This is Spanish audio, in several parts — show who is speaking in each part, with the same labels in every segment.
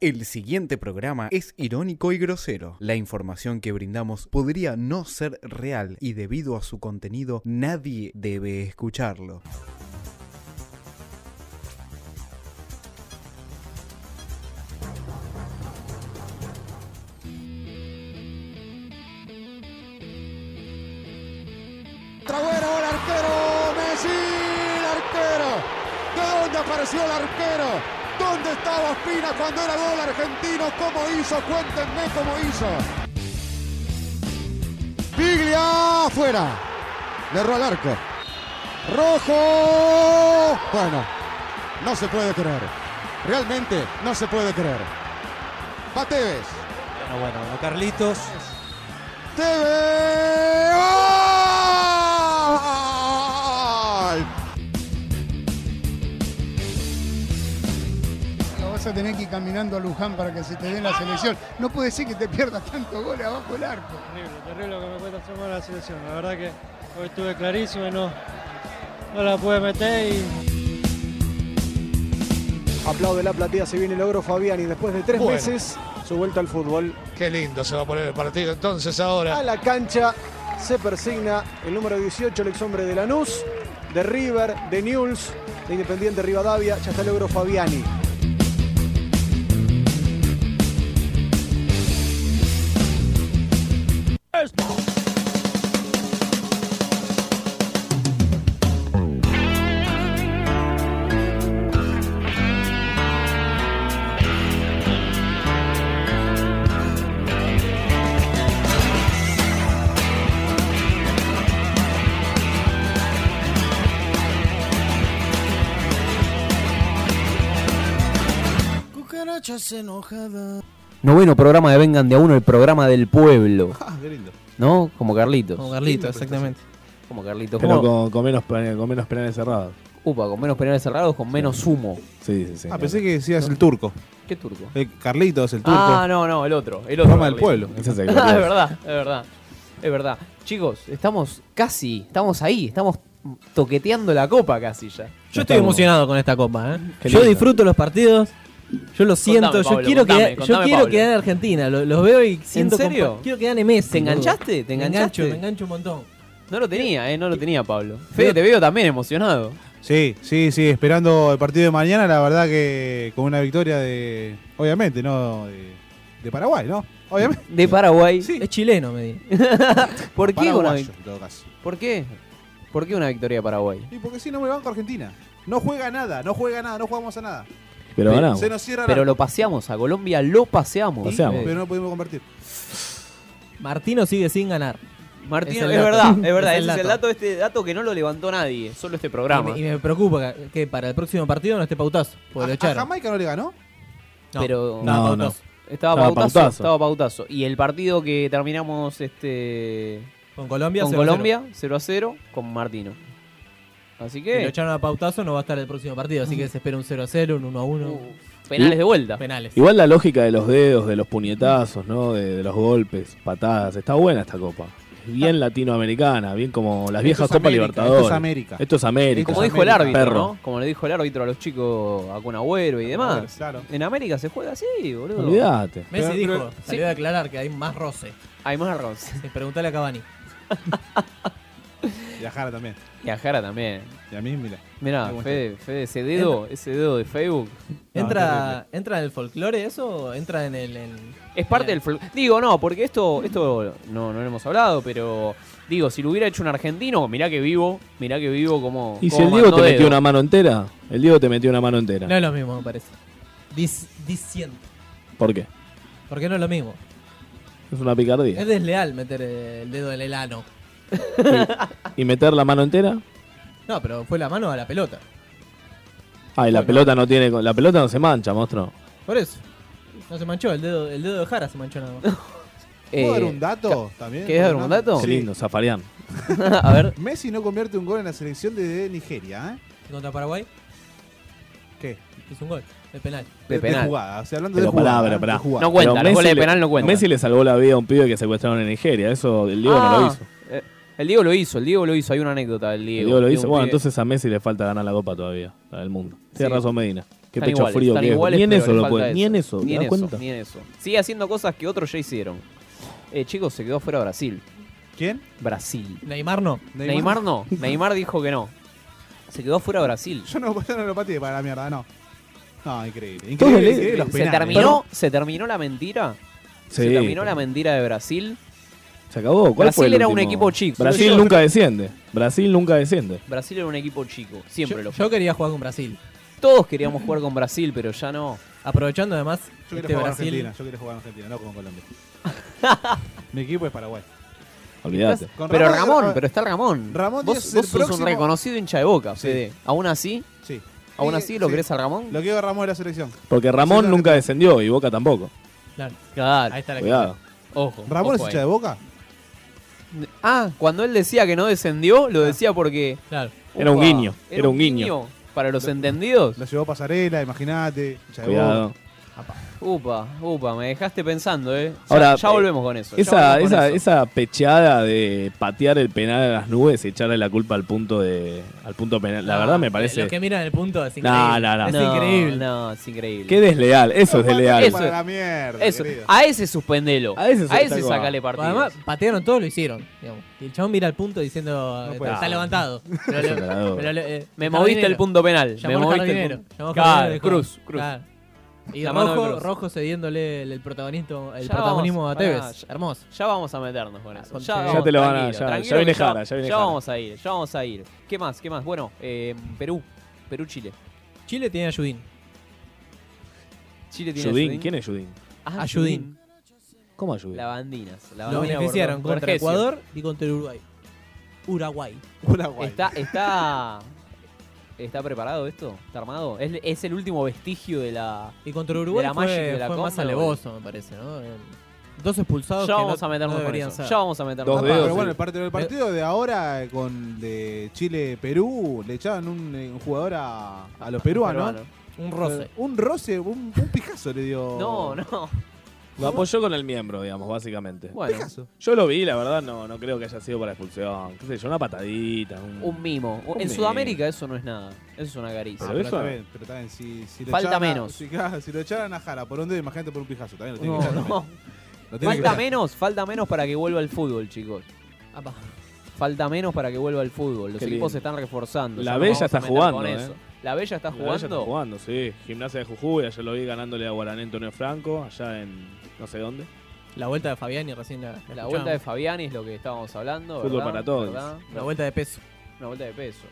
Speaker 1: El siguiente programa es irónico y grosero. La información que brindamos podría no ser real y debido a su contenido nadie debe escucharlo.
Speaker 2: Tragüero, el arquero, Messi, el arquero. ¿De dónde apareció el arquero? ¿Dónde estaba Espina cuando era gol argentino? ¿Cómo hizo? Cuéntenme cómo hizo. Piglia afuera. Le erró al arco. Rojo. Bueno, no se puede creer. Realmente no se puede creer. Va Tevez.
Speaker 3: Bueno, bueno, bueno, Carlitos.
Speaker 2: Tevez. ¡Gol!
Speaker 4: Lo vas a tener que ir caminando a Luján para que se te dé la selección. No puede ser que te pierdas tanto gol abajo del arco.
Speaker 5: Terrible, terrible lo que me cuesta hacer mal la selección. La verdad que hoy estuve clarísimo y no, no la pude meter y
Speaker 6: Aplaude la platea, se viene el ogro Fabián y después de tres
Speaker 7: Bueno.
Speaker 6: meses su vuelta al fútbol.
Speaker 7: Qué lindo se va a poner el partido entonces ahora.
Speaker 6: A la cancha se persigna el número 18, el ex hombre de Lanús, de River, de News, de Independiente Rivadavia, ya está el ogro Fabiani.
Speaker 8: Noveno programa de Vengan de a uno, el programa del pueblo. ¿No? Como Carlitos.
Speaker 3: Como Carlitos, exactamente.
Speaker 8: Como Carlitos.
Speaker 9: Pero
Speaker 8: como-
Speaker 9: con, con menos, plan- con menos penales cerrados.
Speaker 8: Upa, con menos penales cerrados, con menos humo.
Speaker 9: Sí, sí, sí.
Speaker 10: Ah, pensé que decías el turco.
Speaker 8: ¿Qué turco?
Speaker 10: El Carlitos, el turco.
Speaker 8: Ah, no, no, el otro. El otro
Speaker 10: Forma del
Speaker 8: Carlitos.
Speaker 10: pueblo.
Speaker 9: Ese es el que
Speaker 8: Ah, es
Speaker 9: querías.
Speaker 8: verdad, es verdad. Es verdad. Chicos, estamos casi, estamos ahí, estamos toqueteando la copa casi ya.
Speaker 3: Yo estoy emocionado con esta copa, ¿eh?
Speaker 9: Qué
Speaker 3: Yo
Speaker 9: lindo.
Speaker 3: disfruto los partidos. Yo lo siento,
Speaker 8: Pablo,
Speaker 3: yo quiero
Speaker 8: contame,
Speaker 3: que yo
Speaker 8: contame,
Speaker 3: quiero
Speaker 8: Pablo.
Speaker 3: que gane Argentina, lo- los veo y siento
Speaker 8: serio?
Speaker 3: compa- quiero que gane Messi.
Speaker 8: ¿Te
Speaker 3: boludo.
Speaker 8: enganchaste? ¿Te
Speaker 3: Me engancho,
Speaker 8: enganchaste?
Speaker 3: me engancho un montón.
Speaker 8: No lo tenía, eh, no lo tenía Pablo. Fede, te veo también emocionado.
Speaker 10: Sí, sí, sí, esperando el partido de mañana, la verdad que con una victoria de. Obviamente, ¿no? De, de Paraguay, ¿no? Obviamente.
Speaker 8: De Paraguay.
Speaker 10: Sí.
Speaker 3: Es chileno, me di.
Speaker 8: ¿Por qué, una,
Speaker 10: Paraguayo,
Speaker 8: vic-
Speaker 10: en todo caso.
Speaker 8: ¿Por qué? ¿Por qué una victoria de Paraguay?
Speaker 10: Y porque si no me banco Argentina. No juega nada, no juega nada, no jugamos a nada.
Speaker 9: Pero ganamos.
Speaker 10: Se nos cierra
Speaker 8: Pero
Speaker 10: la...
Speaker 8: lo paseamos, a Colombia lo paseamos.
Speaker 9: Paseamos.
Speaker 10: Pero no pudimos convertir.
Speaker 3: Martino sigue sin ganar.
Speaker 8: Martín,
Speaker 3: Es
Speaker 8: es,
Speaker 3: el
Speaker 8: verdad,
Speaker 3: dato.
Speaker 8: es verdad,
Speaker 3: Es
Speaker 8: ese
Speaker 3: el
Speaker 8: es el
Speaker 3: dato.
Speaker 8: dato, este dato que no lo levantó nadie, solo este
Speaker 3: Y
Speaker 8: programa.
Speaker 3: me, y me preocupa que- que para el próximo partido no esté pautazo.
Speaker 8: Pues
Speaker 3: Porque
Speaker 10: ¿A,
Speaker 3: lo
Speaker 10: a
Speaker 3: echaron.
Speaker 10: Jamaica no le ganó?
Speaker 3: No,
Speaker 8: Pero
Speaker 3: estaba
Speaker 9: No,
Speaker 3: Pautazo.
Speaker 8: estaba,
Speaker 9: Estaba
Speaker 8: pautazo,
Speaker 9: Pautazo.
Speaker 8: estaba pautazo. Y el partido que terminamos este
Speaker 3: Con Colombia,
Speaker 8: con
Speaker 3: 0 a 0.
Speaker 8: Colombia, 0 a 0, con Martino. Así
Speaker 3: Si lo
Speaker 8: que
Speaker 3: echaron a pautazo, no va a estar el próximo partido. Así que se espera un 0 a 0, un 1 a 1.
Speaker 8: uh, penales de vuelta.
Speaker 3: Penales.
Speaker 9: Igual la lógica de los dedos, de los puñetazos, ¿no? De, de los golpes, patadas. Está buena esta copa. Bien latinoamericana, bien como las viejas
Speaker 10: Ah. Esto es
Speaker 9: Copas
Speaker 10: América,
Speaker 9: Libertadores.
Speaker 10: Esto es América.
Speaker 9: Esto es América.
Speaker 8: Como
Speaker 10: Cosa
Speaker 8: dijo el
Speaker 10: América,
Speaker 8: árbitro,
Speaker 9: perro.
Speaker 8: ¿no? Como le dijo el árbitro a los chicos a Conagüero y demás.
Speaker 10: Claro.
Speaker 8: En América se juega así, boludo.
Speaker 9: Olvídate.
Speaker 3: Messi
Speaker 10: Pero-
Speaker 3: dijo,
Speaker 10: pero-
Speaker 3: salió a aclarar que hay más roce.
Speaker 8: Hay más arroz.
Speaker 3: Sí, Preguntale a Cavani.
Speaker 10: Y a Jara también.
Speaker 8: Y a Jara también.
Speaker 10: Y a mí, mira.
Speaker 8: Mirá,
Speaker 10: Me gusta.
Speaker 8: Fede, Fede, ese dedo, ese dedo de Facebook.
Speaker 3: ¿Entra, ¿Entra en el folclore eso? o ¿Entra en el...? en-
Speaker 8: Es parte
Speaker 3: Bien.
Speaker 8: del folclore. Digo, no, porque esto, esto no, no lo hemos hablado, pero digo, si lo hubiera hecho un argentino, mirá que vivo, mirá que vivo como.
Speaker 9: Y si
Speaker 8: como
Speaker 9: el Diego
Speaker 8: mandó
Speaker 9: te metió
Speaker 8: dedo.
Speaker 9: una mano entera, el Diego te metió una mano entera.
Speaker 3: No es lo mismo, me parece. Dis, disiento.
Speaker 9: ¿Por qué?
Speaker 3: ¿Por qué no es lo mismo?
Speaker 9: Es una picardía.
Speaker 3: Es desleal meter eh, el dedo en el ano.
Speaker 9: ¿Y meter la mano entera?
Speaker 3: No, pero fue la mano a la pelota.
Speaker 9: Ay, la
Speaker 3: Bueno.
Speaker 9: pelota no tiene. La pelota no se mancha, monstruo.
Speaker 3: Por eso. No se manchó, el dedo, el dedo de Jara se manchó nada más.
Speaker 8: Eh,
Speaker 10: ¿Puedo dar un dato también?
Speaker 8: ¿querés dar un dato?
Speaker 9: Qué
Speaker 10: Sí.
Speaker 9: lindo, Zafarian.
Speaker 8: a ver,
Speaker 10: Messi no convierte un gol en la selección de Nigeria, ¿eh?
Speaker 3: Contra Paraguay,
Speaker 10: ¿Qué?
Speaker 3: hizo un gol. El penal.
Speaker 8: de penal.
Speaker 10: jugada, o sea, hablando de
Speaker 9: Pero
Speaker 10: jugada.
Speaker 9: palabra,
Speaker 10: ¿eh?
Speaker 9: pará.
Speaker 10: De jugada.
Speaker 8: No cuenta,
Speaker 9: Pero
Speaker 8: los goles de
Speaker 9: le-
Speaker 8: penal no cuentan.
Speaker 9: Messi le salvó la vida a un pibe que secuestraron en Nigeria. Eso el Diego no lo hizo.
Speaker 8: Eh, el Diego lo hizo, el Diego lo hizo. Hay una anécdota del Diego.
Speaker 9: El Diego lo
Speaker 8: de
Speaker 9: hizo.
Speaker 8: un
Speaker 9: Bueno,
Speaker 8: pibe-
Speaker 9: entonces a Messi le falta ganar la Copa todavía, la del mundo. Tiene
Speaker 8: Sí.
Speaker 9: razón Medina. Qué
Speaker 8: Están
Speaker 9: pecho
Speaker 8: iguales,
Speaker 9: frío
Speaker 8: están
Speaker 9: que es.
Speaker 8: iguales,
Speaker 9: Ni en
Speaker 8: pero
Speaker 9: eso
Speaker 8: le
Speaker 9: lo
Speaker 8: falta
Speaker 9: puede. Ni en eso, ¿te
Speaker 8: Ni en
Speaker 9: das
Speaker 8: eso,
Speaker 9: cuenta?
Speaker 8: ni en eso. Sigue haciendo cosas que otros ya hicieron. Eh, chicos, se quedó fuera Brasil.
Speaker 10: ¿Quién?
Speaker 8: Brasil.
Speaker 3: Neymar no.
Speaker 8: Neymar, no. Neymar dijo que no. Se quedó fuera Brasil.
Speaker 10: Yo no, yo no lo pateé para la mierda, no. No, increíble.
Speaker 8: Se,
Speaker 10: Increíble, increíble los penales.
Speaker 8: terminó, se terminó la mentira. se
Speaker 9: Sí.
Speaker 8: terminó la mentira de Brasil.
Speaker 9: Se acabó. ¿Cuál
Speaker 8: Brasil
Speaker 9: fue el
Speaker 8: era un
Speaker 9: último?
Speaker 8: equipo chico.
Speaker 9: Brasil
Speaker 8: Yo-
Speaker 9: nunca desciende. Brasil nunca desciende.
Speaker 8: Brasil era un equipo chico. Siempre lo
Speaker 3: Yo,
Speaker 8: fue.
Speaker 3: yo quería jugar con Brasil.
Speaker 8: Todos queríamos jugar con Brasil, pero ya no.
Speaker 3: Aprovechando además
Speaker 10: Yo quiero
Speaker 3: este
Speaker 10: jugar en
Speaker 3: Brasil.
Speaker 10: Argentina, yo quiero jugar en Argentina, no con Colombia. Mi equipo es Paraguay.
Speaker 9: Olvídate.
Speaker 10: Con
Speaker 8: pero
Speaker 10: Ramón- eh,
Speaker 8: Ramón, pero está el Ramón.
Speaker 10: Ramón
Speaker 8: vos
Speaker 10: Díaz es
Speaker 8: vos
Speaker 10: el
Speaker 8: sos un
Speaker 10: próximo-
Speaker 8: reconocido hincha de boca,
Speaker 10: Sí.
Speaker 8: Fede. Aún así,
Speaker 10: Sí.
Speaker 8: aún
Speaker 10: Sí,
Speaker 8: así lo
Speaker 10: sí.
Speaker 8: querés a Ramón.
Speaker 10: Lo quiero a Ramón de la selección.
Speaker 9: Porque
Speaker 10: Sí,
Speaker 9: Ramón
Speaker 10: no,
Speaker 9: nunca descendió y Boca tampoco.
Speaker 3: Claro,
Speaker 8: Claro.
Speaker 3: ahí está la cosa.
Speaker 9: Cuidado.
Speaker 8: Ojo.
Speaker 10: ¿Ramón es
Speaker 8: ojo ahí.
Speaker 10: hincha de boca?
Speaker 8: Ah, cuando él decía que no descendió,
Speaker 10: Ah.
Speaker 8: lo decía porque.
Speaker 3: Claro.
Speaker 9: Era un
Speaker 8: Upa,
Speaker 9: guiño, era un guiño.
Speaker 8: Para los entendidos.
Speaker 10: Lo llevó Pasarela, imagínate. hincha de
Speaker 9: Cuidado.
Speaker 10: Boca.
Speaker 8: Upa, upa, me dejaste pensando, ¿eh? Ya-
Speaker 9: Ahora,
Speaker 8: ya, volvemos con eso. ya
Speaker 9: Esa,
Speaker 8: volvemos con
Speaker 9: esa,
Speaker 8: eso.
Speaker 9: esa pecheada de patear el penal a las nubes y echarle la culpa al punto de al punto penal. La
Speaker 3: No,
Speaker 9: verdad me parece.
Speaker 3: Los que miran el punto es increíble.
Speaker 9: No, no, no.
Speaker 3: Es
Speaker 8: No,
Speaker 3: increíble.
Speaker 8: No, es increíble.
Speaker 9: Qué desleal. Eso es desleal.
Speaker 8: Eso.
Speaker 10: Para la mierda.
Speaker 8: eso,
Speaker 10: querido.
Speaker 8: a ese suspendelo.
Speaker 9: A
Speaker 8: A
Speaker 9: ese
Speaker 8: ese,
Speaker 9: suelta como-
Speaker 8: sacale partido.
Speaker 3: Además, patearon todo, lo hicieron. digamos. Y el chabón mira el punto diciendo,
Speaker 10: No puede
Speaker 3: está
Speaker 10: ser.
Speaker 3: levantado. Pero lo- pero lo- eh,
Speaker 8: me
Speaker 3: jardinero.
Speaker 8: moviste el punto penal.
Speaker 3: Llamó
Speaker 8: me
Speaker 3: al
Speaker 8: moviste
Speaker 3: jardinero,
Speaker 8: el punto.
Speaker 3: llamó al
Speaker 8: Claro,
Speaker 3: jardinero y dijo,
Speaker 8: Cruz, Cruz.
Speaker 3: claro. Y
Speaker 8: La mano de
Speaker 3: rojo,
Speaker 8: Cruz.
Speaker 3: rojo cediéndole el, el protagonismo, el
Speaker 8: Ya
Speaker 3: protagonismo
Speaker 8: vamos,
Speaker 3: a Tevez.
Speaker 8: pará, ya-
Speaker 3: Hermoso.
Speaker 8: Ya vamos a meternos con eso.
Speaker 3: con
Speaker 8: Ya,
Speaker 3: Tevez.
Speaker 8: vamos,
Speaker 9: Ah, Ya te lo van a-
Speaker 8: tranquilo,
Speaker 9: ya- ya
Speaker 8: tranquilo
Speaker 9: viene
Speaker 8: que
Speaker 9: Jara, ya viene Jara.
Speaker 8: vamos a ir, ya vamos a ir. ¿Qué más? ¿Qué más? Bueno, eh, Perú. Perú-Chile.
Speaker 3: Chile tiene a Judín.
Speaker 8: Chile tiene a
Speaker 9: Judín,
Speaker 8: Judín.
Speaker 9: ¿quién es Judín?
Speaker 8: Ah,
Speaker 3: A
Speaker 8: Judín.
Speaker 9: ¿Cómo es Judín?
Speaker 8: Lavandinas.
Speaker 3: Lo
Speaker 8: Lavandinas
Speaker 3: beneficiaron
Speaker 8: Bor-
Speaker 3: contra
Speaker 8: Borgesio.
Speaker 3: Ecuador y contra Uruguay. Uruguay.
Speaker 10: Paraguay.
Speaker 8: Está, está, está preparado esto, está armado. Es, es el último vestigio de la.
Speaker 3: Y contra Uruguay
Speaker 8: la Magic
Speaker 3: fue,
Speaker 8: de la
Speaker 3: fue más
Speaker 8: Conmebol.
Speaker 3: alevoso, me parece, ¿no? El- Dos expulsados
Speaker 8: Ya
Speaker 3: que
Speaker 8: vamos
Speaker 3: no,
Speaker 8: a meternos
Speaker 3: no
Speaker 8: con
Speaker 3: deberían
Speaker 8: eso.
Speaker 3: ser.
Speaker 8: Ya vamos a meternos
Speaker 9: Dos
Speaker 8: con
Speaker 10: Ah,
Speaker 9: dedos,
Speaker 10: pero bueno,
Speaker 9: sí.
Speaker 10: el partido, el partido de ahora eh, con de Chile-Perú le echaban un, eh, un jugador a, a los peruanos.
Speaker 8: Peruano.
Speaker 3: Un roce.
Speaker 10: Eh, Un roce, un, un pijazo le dio.
Speaker 8: No, no.
Speaker 9: Lo apoyó con el miembro, digamos, básicamente.
Speaker 8: Bueno,
Speaker 9: Yo lo vi, la verdad, no, no creo que haya sido para expulsión. Qué sé yo, una patadita. Un...
Speaker 8: un mimo.
Speaker 9: Un
Speaker 8: en
Speaker 9: mimo.
Speaker 8: Sudamérica eso no es nada. Eso es una caricia.
Speaker 10: Ah,
Speaker 9: Pero
Speaker 10: pero,
Speaker 9: eso-
Speaker 10: está bien, pero está bien, si, si lo
Speaker 8: Falta
Speaker 10: echaran a-
Speaker 8: menos.
Speaker 10: Si, claro, si lo echaran a Jara por un dedo, imagínate por un pijazo. También lo tiene
Speaker 8: No,
Speaker 10: que echar.
Speaker 8: no.
Speaker 10: Lo tiene que
Speaker 8: Falta
Speaker 10: echar.
Speaker 8: menos, falta menos para que vuelva el fútbol, chicos.
Speaker 3: Apa.
Speaker 8: Falta menos para que vuelva el fútbol. Los
Speaker 9: Qué
Speaker 8: equipos
Speaker 9: lindo.
Speaker 8: se están reforzando.
Speaker 9: La
Speaker 8: ya nos
Speaker 9: Bella
Speaker 8: vamos a
Speaker 9: está
Speaker 8: meter con
Speaker 9: jugando, eh.
Speaker 8: eso. La Bella está
Speaker 9: Pero ella está
Speaker 8: jugando.
Speaker 9: jugando, sí. Gimnasia de Jujuy, ayer lo vi ganándole a Guaraní Antonio Franco, allá en no sé dónde.
Speaker 3: La vuelta de Fabián y recién la,
Speaker 8: La vuelta de Fabiani es lo que estábamos hablando.
Speaker 9: Fútbol
Speaker 8: ¿verdad?
Speaker 9: para todos.
Speaker 8: ¿Verdad?
Speaker 3: La vuelta de peso.
Speaker 8: Una vuelta de peso.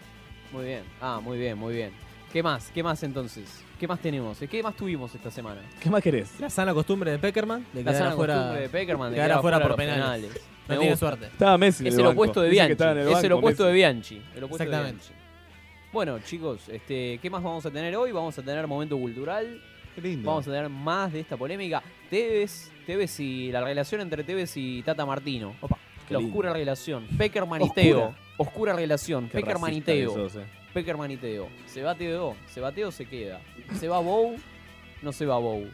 Speaker 8: Muy bien. Ah, muy bien, muy bien. ¿Qué más? ¿Qué más entonces? ¿Qué más tenemos? ¿Qué más tuvimos esta semana?
Speaker 9: ¿Qué más querés?
Speaker 3: La sana costumbre de Peckerman. De
Speaker 8: La
Speaker 3: quedar
Speaker 8: sana
Speaker 3: afuera-
Speaker 8: costumbre de Peckerman de
Speaker 3: quedar
Speaker 8: quedar
Speaker 3: afuera
Speaker 8: afuera
Speaker 3: por
Speaker 8: los
Speaker 3: penales.
Speaker 8: Me
Speaker 3: No tiene
Speaker 8: gusta.
Speaker 3: suerte.
Speaker 9: Estaba Messi. en
Speaker 8: Es
Speaker 9: el
Speaker 8: el
Speaker 9: banco.
Speaker 8: opuesto de
Speaker 9: Dice que
Speaker 8: Bianchi.
Speaker 9: estaba en
Speaker 8: Es el
Speaker 9: banco,
Speaker 8: opuesto de
Speaker 9: Messi.
Speaker 8: Bianchi. El opuesto de
Speaker 3: Exactamente.
Speaker 8: Bianchi. Bueno, chicos, este, ¿qué más vamos a tener hoy? Vamos a tener momento cultural.
Speaker 10: Qué lindo.
Speaker 8: Vamos a tener más de esta polémica. Tevez, Tevez y la relación entre Tevez y Tata Martino.
Speaker 9: Qué
Speaker 8: la
Speaker 9: lindo.
Speaker 8: oscura relación. Peckerman y Teo.
Speaker 9: Oscura.
Speaker 8: Oscura relación.
Speaker 9: Qué
Speaker 8: Peckerman y
Speaker 9: racista que
Speaker 8: Teo.
Speaker 9: sos, eh.
Speaker 8: Peckerman y Teo. Se va Teo. Se va Teo, se queda. Se va Bow. No se va Bow.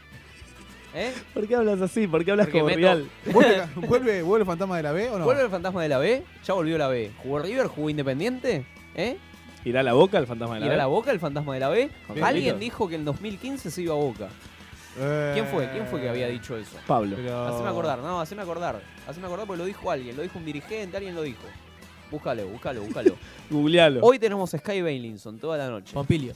Speaker 8: ¿Eh?
Speaker 9: ¿Por qué hablas así? ¿Por qué hablas
Speaker 8: Porque
Speaker 9: como
Speaker 8: meto-
Speaker 9: real?
Speaker 10: ¿Vuelve, vuelve, vuelve el fantasma de la B o no?
Speaker 8: ¿Vuelve el fantasma de la B? Ya volvió la B. ¿Jugó River? ¿Jugó Independiente? ¿Eh?
Speaker 9: ¿Irá a la boca el fantasma de la
Speaker 8: ¿Irá a
Speaker 9: B?
Speaker 8: la boca el fantasma de la B?
Speaker 9: Con
Speaker 8: Alguien
Speaker 9: Carlitos.
Speaker 8: dijo que en 2015 se iba a boca.
Speaker 10: Eh,
Speaker 8: ¿Quién fue? ¿Quién fue que había dicho eso?
Speaker 9: Pablo.
Speaker 10: pero-
Speaker 8: Haceme acordar, no, haceme acordar. Haceme acordar porque lo dijo alguien. Lo dijo un dirigente, alguien lo dijo. Búscalo, búscalo, búscalo.
Speaker 9: Googlealo.
Speaker 8: Hoy tenemos Sky Bailinson toda la noche.
Speaker 3: Pompilio.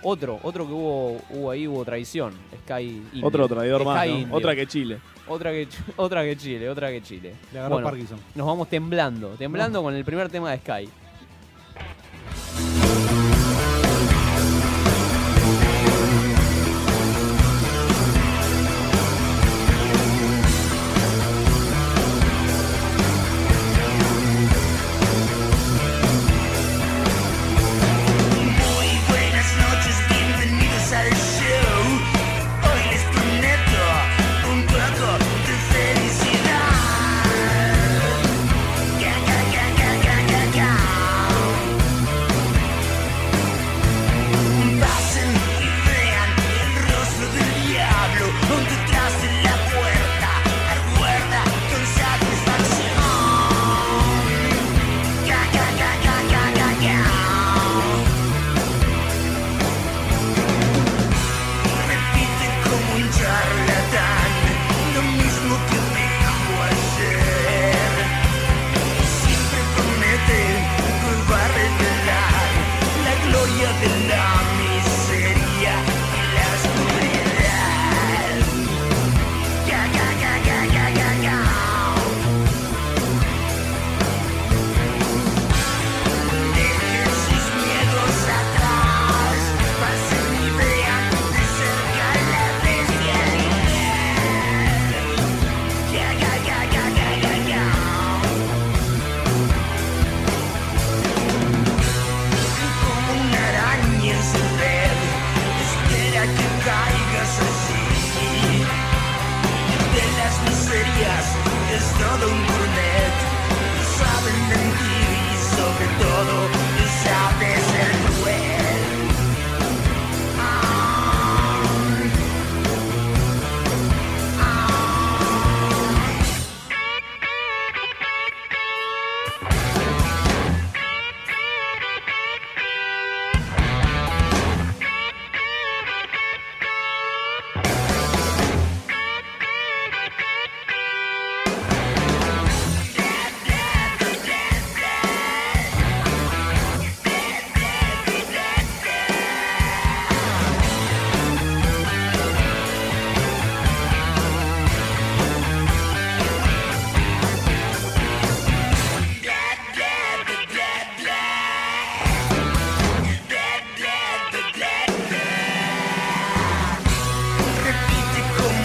Speaker 8: Otro, otro que hubo, hubo ahí, hubo traición. Sky Indio.
Speaker 9: Otro traidor
Speaker 8: Sky
Speaker 9: más, ¿no?
Speaker 8: Indio.
Speaker 9: Otra que Chile.
Speaker 8: Otra que, Ch- otra que Chile, otra que Chile.
Speaker 10: Le agarró
Speaker 8: Bueno,
Speaker 10: Parkinson.
Speaker 8: nos vamos temblando, temblando con el primer tema de Sky.
Speaker 11: Muy buenas noches, bienvenidos al show. Hoy les prometo un poco de felicidad. Ga, ga, ga, ga, ga, ga, ga. Pasen y vean el rostro del diablo detrás de la puerta. Aguarda con satisfacción. Ga, ga, ga, ga, ga, ga, ga.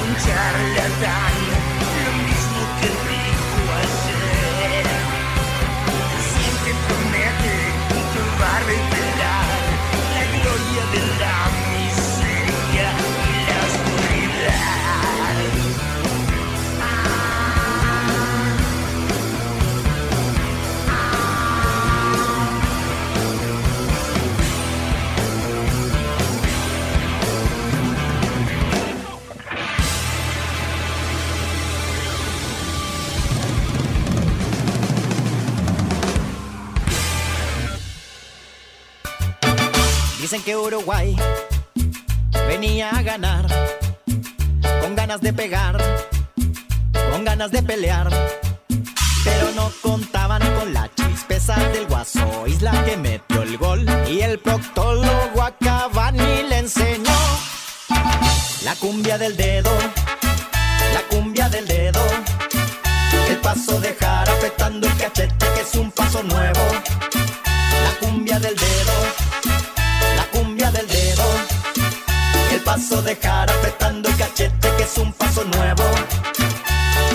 Speaker 12: charlatán, lo mismo que dijo ayer. Siempre promete que va a revelar la gloria de la miseria y la oscuridad.
Speaker 3: Dicen que Uruguay venía a ganar, con ganas de pegar, con ganas de pelear. Pero no contaban con la chispeza del guaso Isla que metió el gol. Y el proctólogo a Cavani le enseñó la cumbia del dedo, la cumbia del dedo. El paso de Jara apretando el cachete que es un paso nuevo. La cumbia del dedo la cumbia del dedo. El paso de cara apretando el cachete que es un paso nuevo.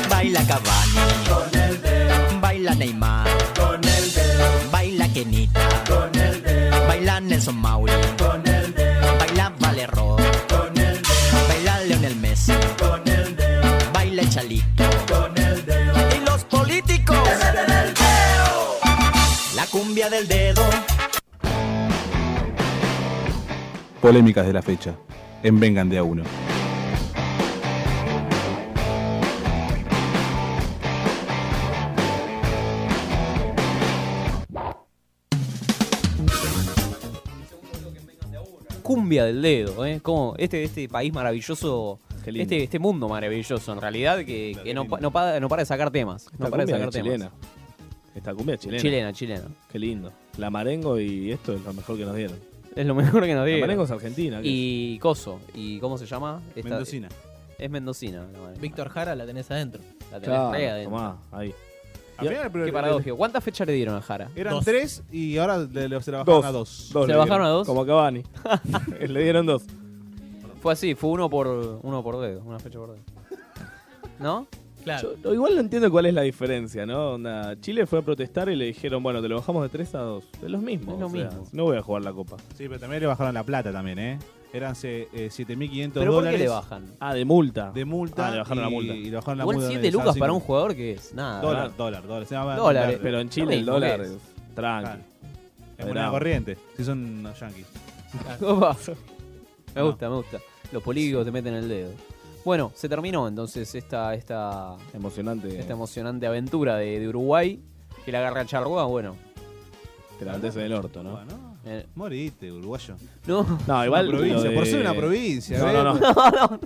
Speaker 3: Baila Cavani con el dedo. Baila Neymar con el dedo. Baila Kenita con el dedo. Baila Nelson Mauri con el dedo. Baila Valero con el dedo. Baila Leonel Messi con el dedo. Baila el Chalito con el dedo. Y los políticos que meten el dedo. La cumbia del dedo.
Speaker 10: Polémicas de la fecha. En Vengan de a uno.
Speaker 8: Cumbia del dedo, ¿eh? Como este, este país maravilloso.
Speaker 9: lindo.
Speaker 8: Este, este mundo maravilloso, en realidad, que, que no, pa- no, para, no para de sacar temas. no
Speaker 9: Esta
Speaker 8: para de
Speaker 9: cumbia
Speaker 8: sacar
Speaker 9: es
Speaker 8: temas.
Speaker 9: chilena. Esta cumbia es chilena.
Speaker 8: Chilena, chilena.
Speaker 9: Qué lindo. La Marengo y esto es lo mejor que nos dieron.
Speaker 8: Es lo mejor que nos
Speaker 9: La
Speaker 8: dieron.
Speaker 9: Marengo es argentina. ¿qué
Speaker 8: Y Coso. ¿Y cómo se llama?
Speaker 9: Mendocina.
Speaker 8: Es Mendocina. la manera.
Speaker 13: Víctor Jara la tenés adentro.
Speaker 8: La tenés
Speaker 9: Claro,
Speaker 8: re adentro.
Speaker 9: tomá, ahí.
Speaker 8: Dios,
Speaker 10: Al final, pero-
Speaker 8: Qué paradójico. ¿Cuántas fechas le dieron a Jara?
Speaker 10: Eran
Speaker 8: Dos.
Speaker 10: tres y ahora le- le- se la bajaron a dos.
Speaker 8: ¿Se le bajaron a dos?
Speaker 9: Como Cavani. le dieron dos.
Speaker 8: Fue así, fue uno por uno por dedo, una fecha por dedo. ¿No?
Speaker 13: Claro.
Speaker 9: Yo igual no entiendo cuál es la diferencia, ¿no? Onda, Chile fue a protestar y le dijeron, bueno, te lo bajamos de tres a dos. Es lo mismo.
Speaker 10: Es lo
Speaker 9: o sea,
Speaker 10: mismo.
Speaker 9: No voy a jugar la copa.
Speaker 10: Sí, pero también le bajaron la plata también, ¿eh? Eran se- eh, 7.500
Speaker 9: ¿Pero por qué
Speaker 10: dólares.
Speaker 9: le bajan? Ah, de multa.
Speaker 10: De multa.
Speaker 9: Ah, le bajaron la
Speaker 10: y-
Speaker 9: multa.
Speaker 10: Y le bajaron la
Speaker 8: Igual
Speaker 10: multa.
Speaker 8: 7 lucas para un jugador ¿eh? que es nada.
Speaker 10: Dólar, dólar, dólar. Se llama-
Speaker 8: Dólares.
Speaker 9: Pero en
Speaker 8: Lo
Speaker 9: Chile el
Speaker 8: mismo,
Speaker 9: dólar
Speaker 8: ¿qué es?
Speaker 9: es tranqui.
Speaker 10: Claro. Es moneda
Speaker 9: Era-
Speaker 10: corriente. Si son unos yanquis.
Speaker 8: Opa. Me gusta, me gusta. Los políticos te meten el dedo. Bueno, se terminó entonces esta esta
Speaker 9: emocionante
Speaker 8: esta emocionante aventura de, de Uruguay que la agarra Charrúa, bueno.
Speaker 9: Te la metes en el orto, ¿no?
Speaker 8: Eh,
Speaker 10: Moriste, uruguayo.
Speaker 8: No.
Speaker 9: No, igual.
Speaker 10: Una provincia,
Speaker 9: lo de-
Speaker 10: por ser una provincia, ¿eh?
Speaker 9: No,
Speaker 10: ¿ves?
Speaker 9: no, no.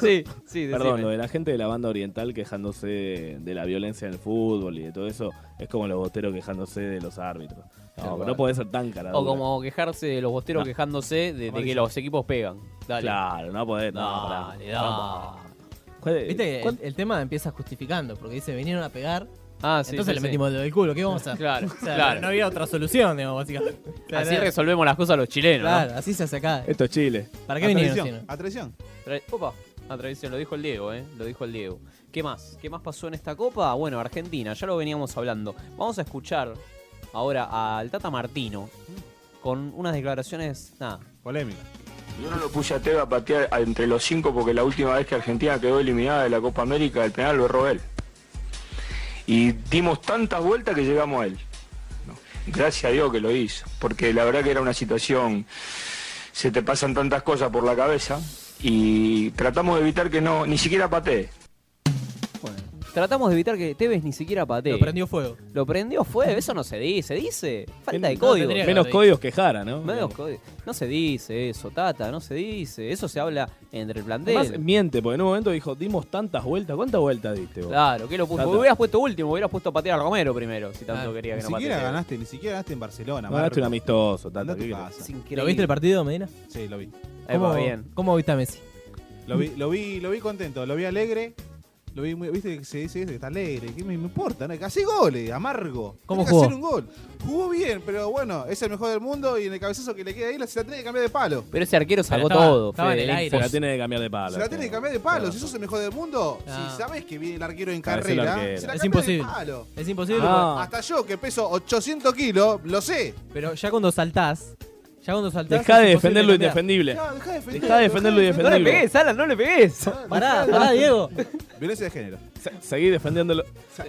Speaker 8: sí, sí,
Speaker 9: Perdón,
Speaker 8: decime.
Speaker 9: lo de la gente de la banda oriental quejándose de la violencia en el fútbol y de todo eso, es como los boteros quejándose de los árbitros.
Speaker 8: Tal
Speaker 9: No,
Speaker 8: cual.
Speaker 9: no puede ser tan cara.
Speaker 8: O como quejarse de los bosteros
Speaker 9: No.
Speaker 8: quejándose de, de que
Speaker 9: Amarilla.
Speaker 8: los equipos pegan. Dale. Ah.
Speaker 9: Claro, no podés. No,
Speaker 8: Dale,
Speaker 9: pará.
Speaker 8: dale.
Speaker 13: Viste que el, el tema empieza justificando, porque dice, vinieron a pegar.
Speaker 8: Ah, sí,
Speaker 13: Entonces le
Speaker 8: sí, sí.
Speaker 13: metimos el dedo del culo, ¿qué vamos a hacer?
Speaker 8: Claro,
Speaker 13: O sea,
Speaker 8: claro.
Speaker 13: No había otra solución, digamos, básicamente. O sea,
Speaker 8: Así
Speaker 13: era-
Speaker 8: resolvemos las cosas los chilenos. ¿no?
Speaker 13: Claro, así se hace acá.
Speaker 9: Esto es Chile.
Speaker 13: ¿Para qué
Speaker 8: A
Speaker 13: vinieron?
Speaker 8: traición,
Speaker 13: si no?
Speaker 10: A traición.
Speaker 8: Tra- Opa, a traición, lo dijo el Diego, ¿eh? Lo dijo el Diego. ¿Qué más? ¿Qué más pasó en esta copa? Bueno, Argentina, ya lo veníamos hablando. Vamos a escuchar ahora al Tata Martino con unas declaraciones, nada.
Speaker 10: Polémica.
Speaker 6: Yo no lo puse a Teva a patear a- entre los cinco porque la última vez que Argentina quedó eliminada de la Copa América, el penal lo erró él. Y dimos tantas vueltas que llegamos a él. ¿no? Gracias a Dios que lo hizo, porque la verdad que era una situación, se te pasan tantas cosas por la cabeza y tratamos de evitar que no, ni siquiera patee.
Speaker 8: Tratamos de evitar que Tevez ni siquiera patee. Lo prendió
Speaker 13: fuego.
Speaker 8: Lo prendió fuego, eso no se dice, dice. Falta de código.
Speaker 9: Menos códigos que Jara, ¿no?
Speaker 8: Menos código. No se dice eso, Tata, no se dice. Eso se habla entre el plantel.
Speaker 9: Además, miente, porque en un momento dijo, dimos tantas vueltas. ¿Cuántas vueltas diste vos?
Speaker 8: Claro, que lo puso.
Speaker 9: Tata.
Speaker 8: Porque hubieras puesto último, hubieras puesto a patear a Romero primero, si tanto quería que
Speaker 10: Ni
Speaker 8: no patee.
Speaker 10: siquiera ganaste, ni siquiera ganaste en Barcelona.
Speaker 9: No ganaste un
Speaker 10: Marco.
Speaker 9: amistoso, tanto.
Speaker 10: Andate
Speaker 9: ¿qué
Speaker 10: a tu
Speaker 9: querés?
Speaker 10: casa.
Speaker 13: ¿Lo viste el partido, Medina?
Speaker 10: Sí, lo vi.
Speaker 13: ¿Cómo, ¿Cómo viste a Messi?
Speaker 10: Lo vi, lo vi, lo vi contento, lo vi alegre. Lo vi muy, viste que se dice eso, que está alegre. ¿Qué me, me importa? ¿no? Que Hace goles, amargo. Tiene
Speaker 3: ¿Cómo
Speaker 10: que
Speaker 3: jugó?
Speaker 10: hacer un gol. Jugó bien, pero bueno, es el mejor del mundo y en el cabezazo que le queda ahí la- se la tiene que cambiar de palo.
Speaker 8: Pero ese arquero sacó
Speaker 9: estaba-
Speaker 8: todo.
Speaker 9: estaba en
Speaker 8: Fede,
Speaker 9: el
Speaker 8: es
Speaker 9: aire. Se la
Speaker 8: impos-
Speaker 9: tiene que cambiar de
Speaker 8: Ah,
Speaker 9: palo.
Speaker 10: Se la tiene que cambiar de palo. Si sos el mejor del mundo, si sabes que viene el arquero en
Speaker 9: Cabecea el
Speaker 10: carrera,
Speaker 9: arquero.
Speaker 10: se la
Speaker 9: Es
Speaker 10: cambia de
Speaker 3: imposible.
Speaker 10: palo.
Speaker 3: Es imposible.
Speaker 10: Ah. Hasta yo que peso 800 kilos, lo sé.
Speaker 3: Pero ya cuando saltás. Ya cuando saltás.
Speaker 9: Deja
Speaker 3: es
Speaker 9: de
Speaker 3: imposible
Speaker 9: defender lo
Speaker 3: cambiar.
Speaker 9: indefendible.
Speaker 10: Ya, dejá de defender.
Speaker 9: Deja de defender lo
Speaker 10: dejá de
Speaker 9: indefendible.
Speaker 10: defender.
Speaker 8: Alan, no le pegues.
Speaker 3: Pará, pará, Diego.
Speaker 10: Violencia de género.
Speaker 9: Se- Seguí defendiéndolo.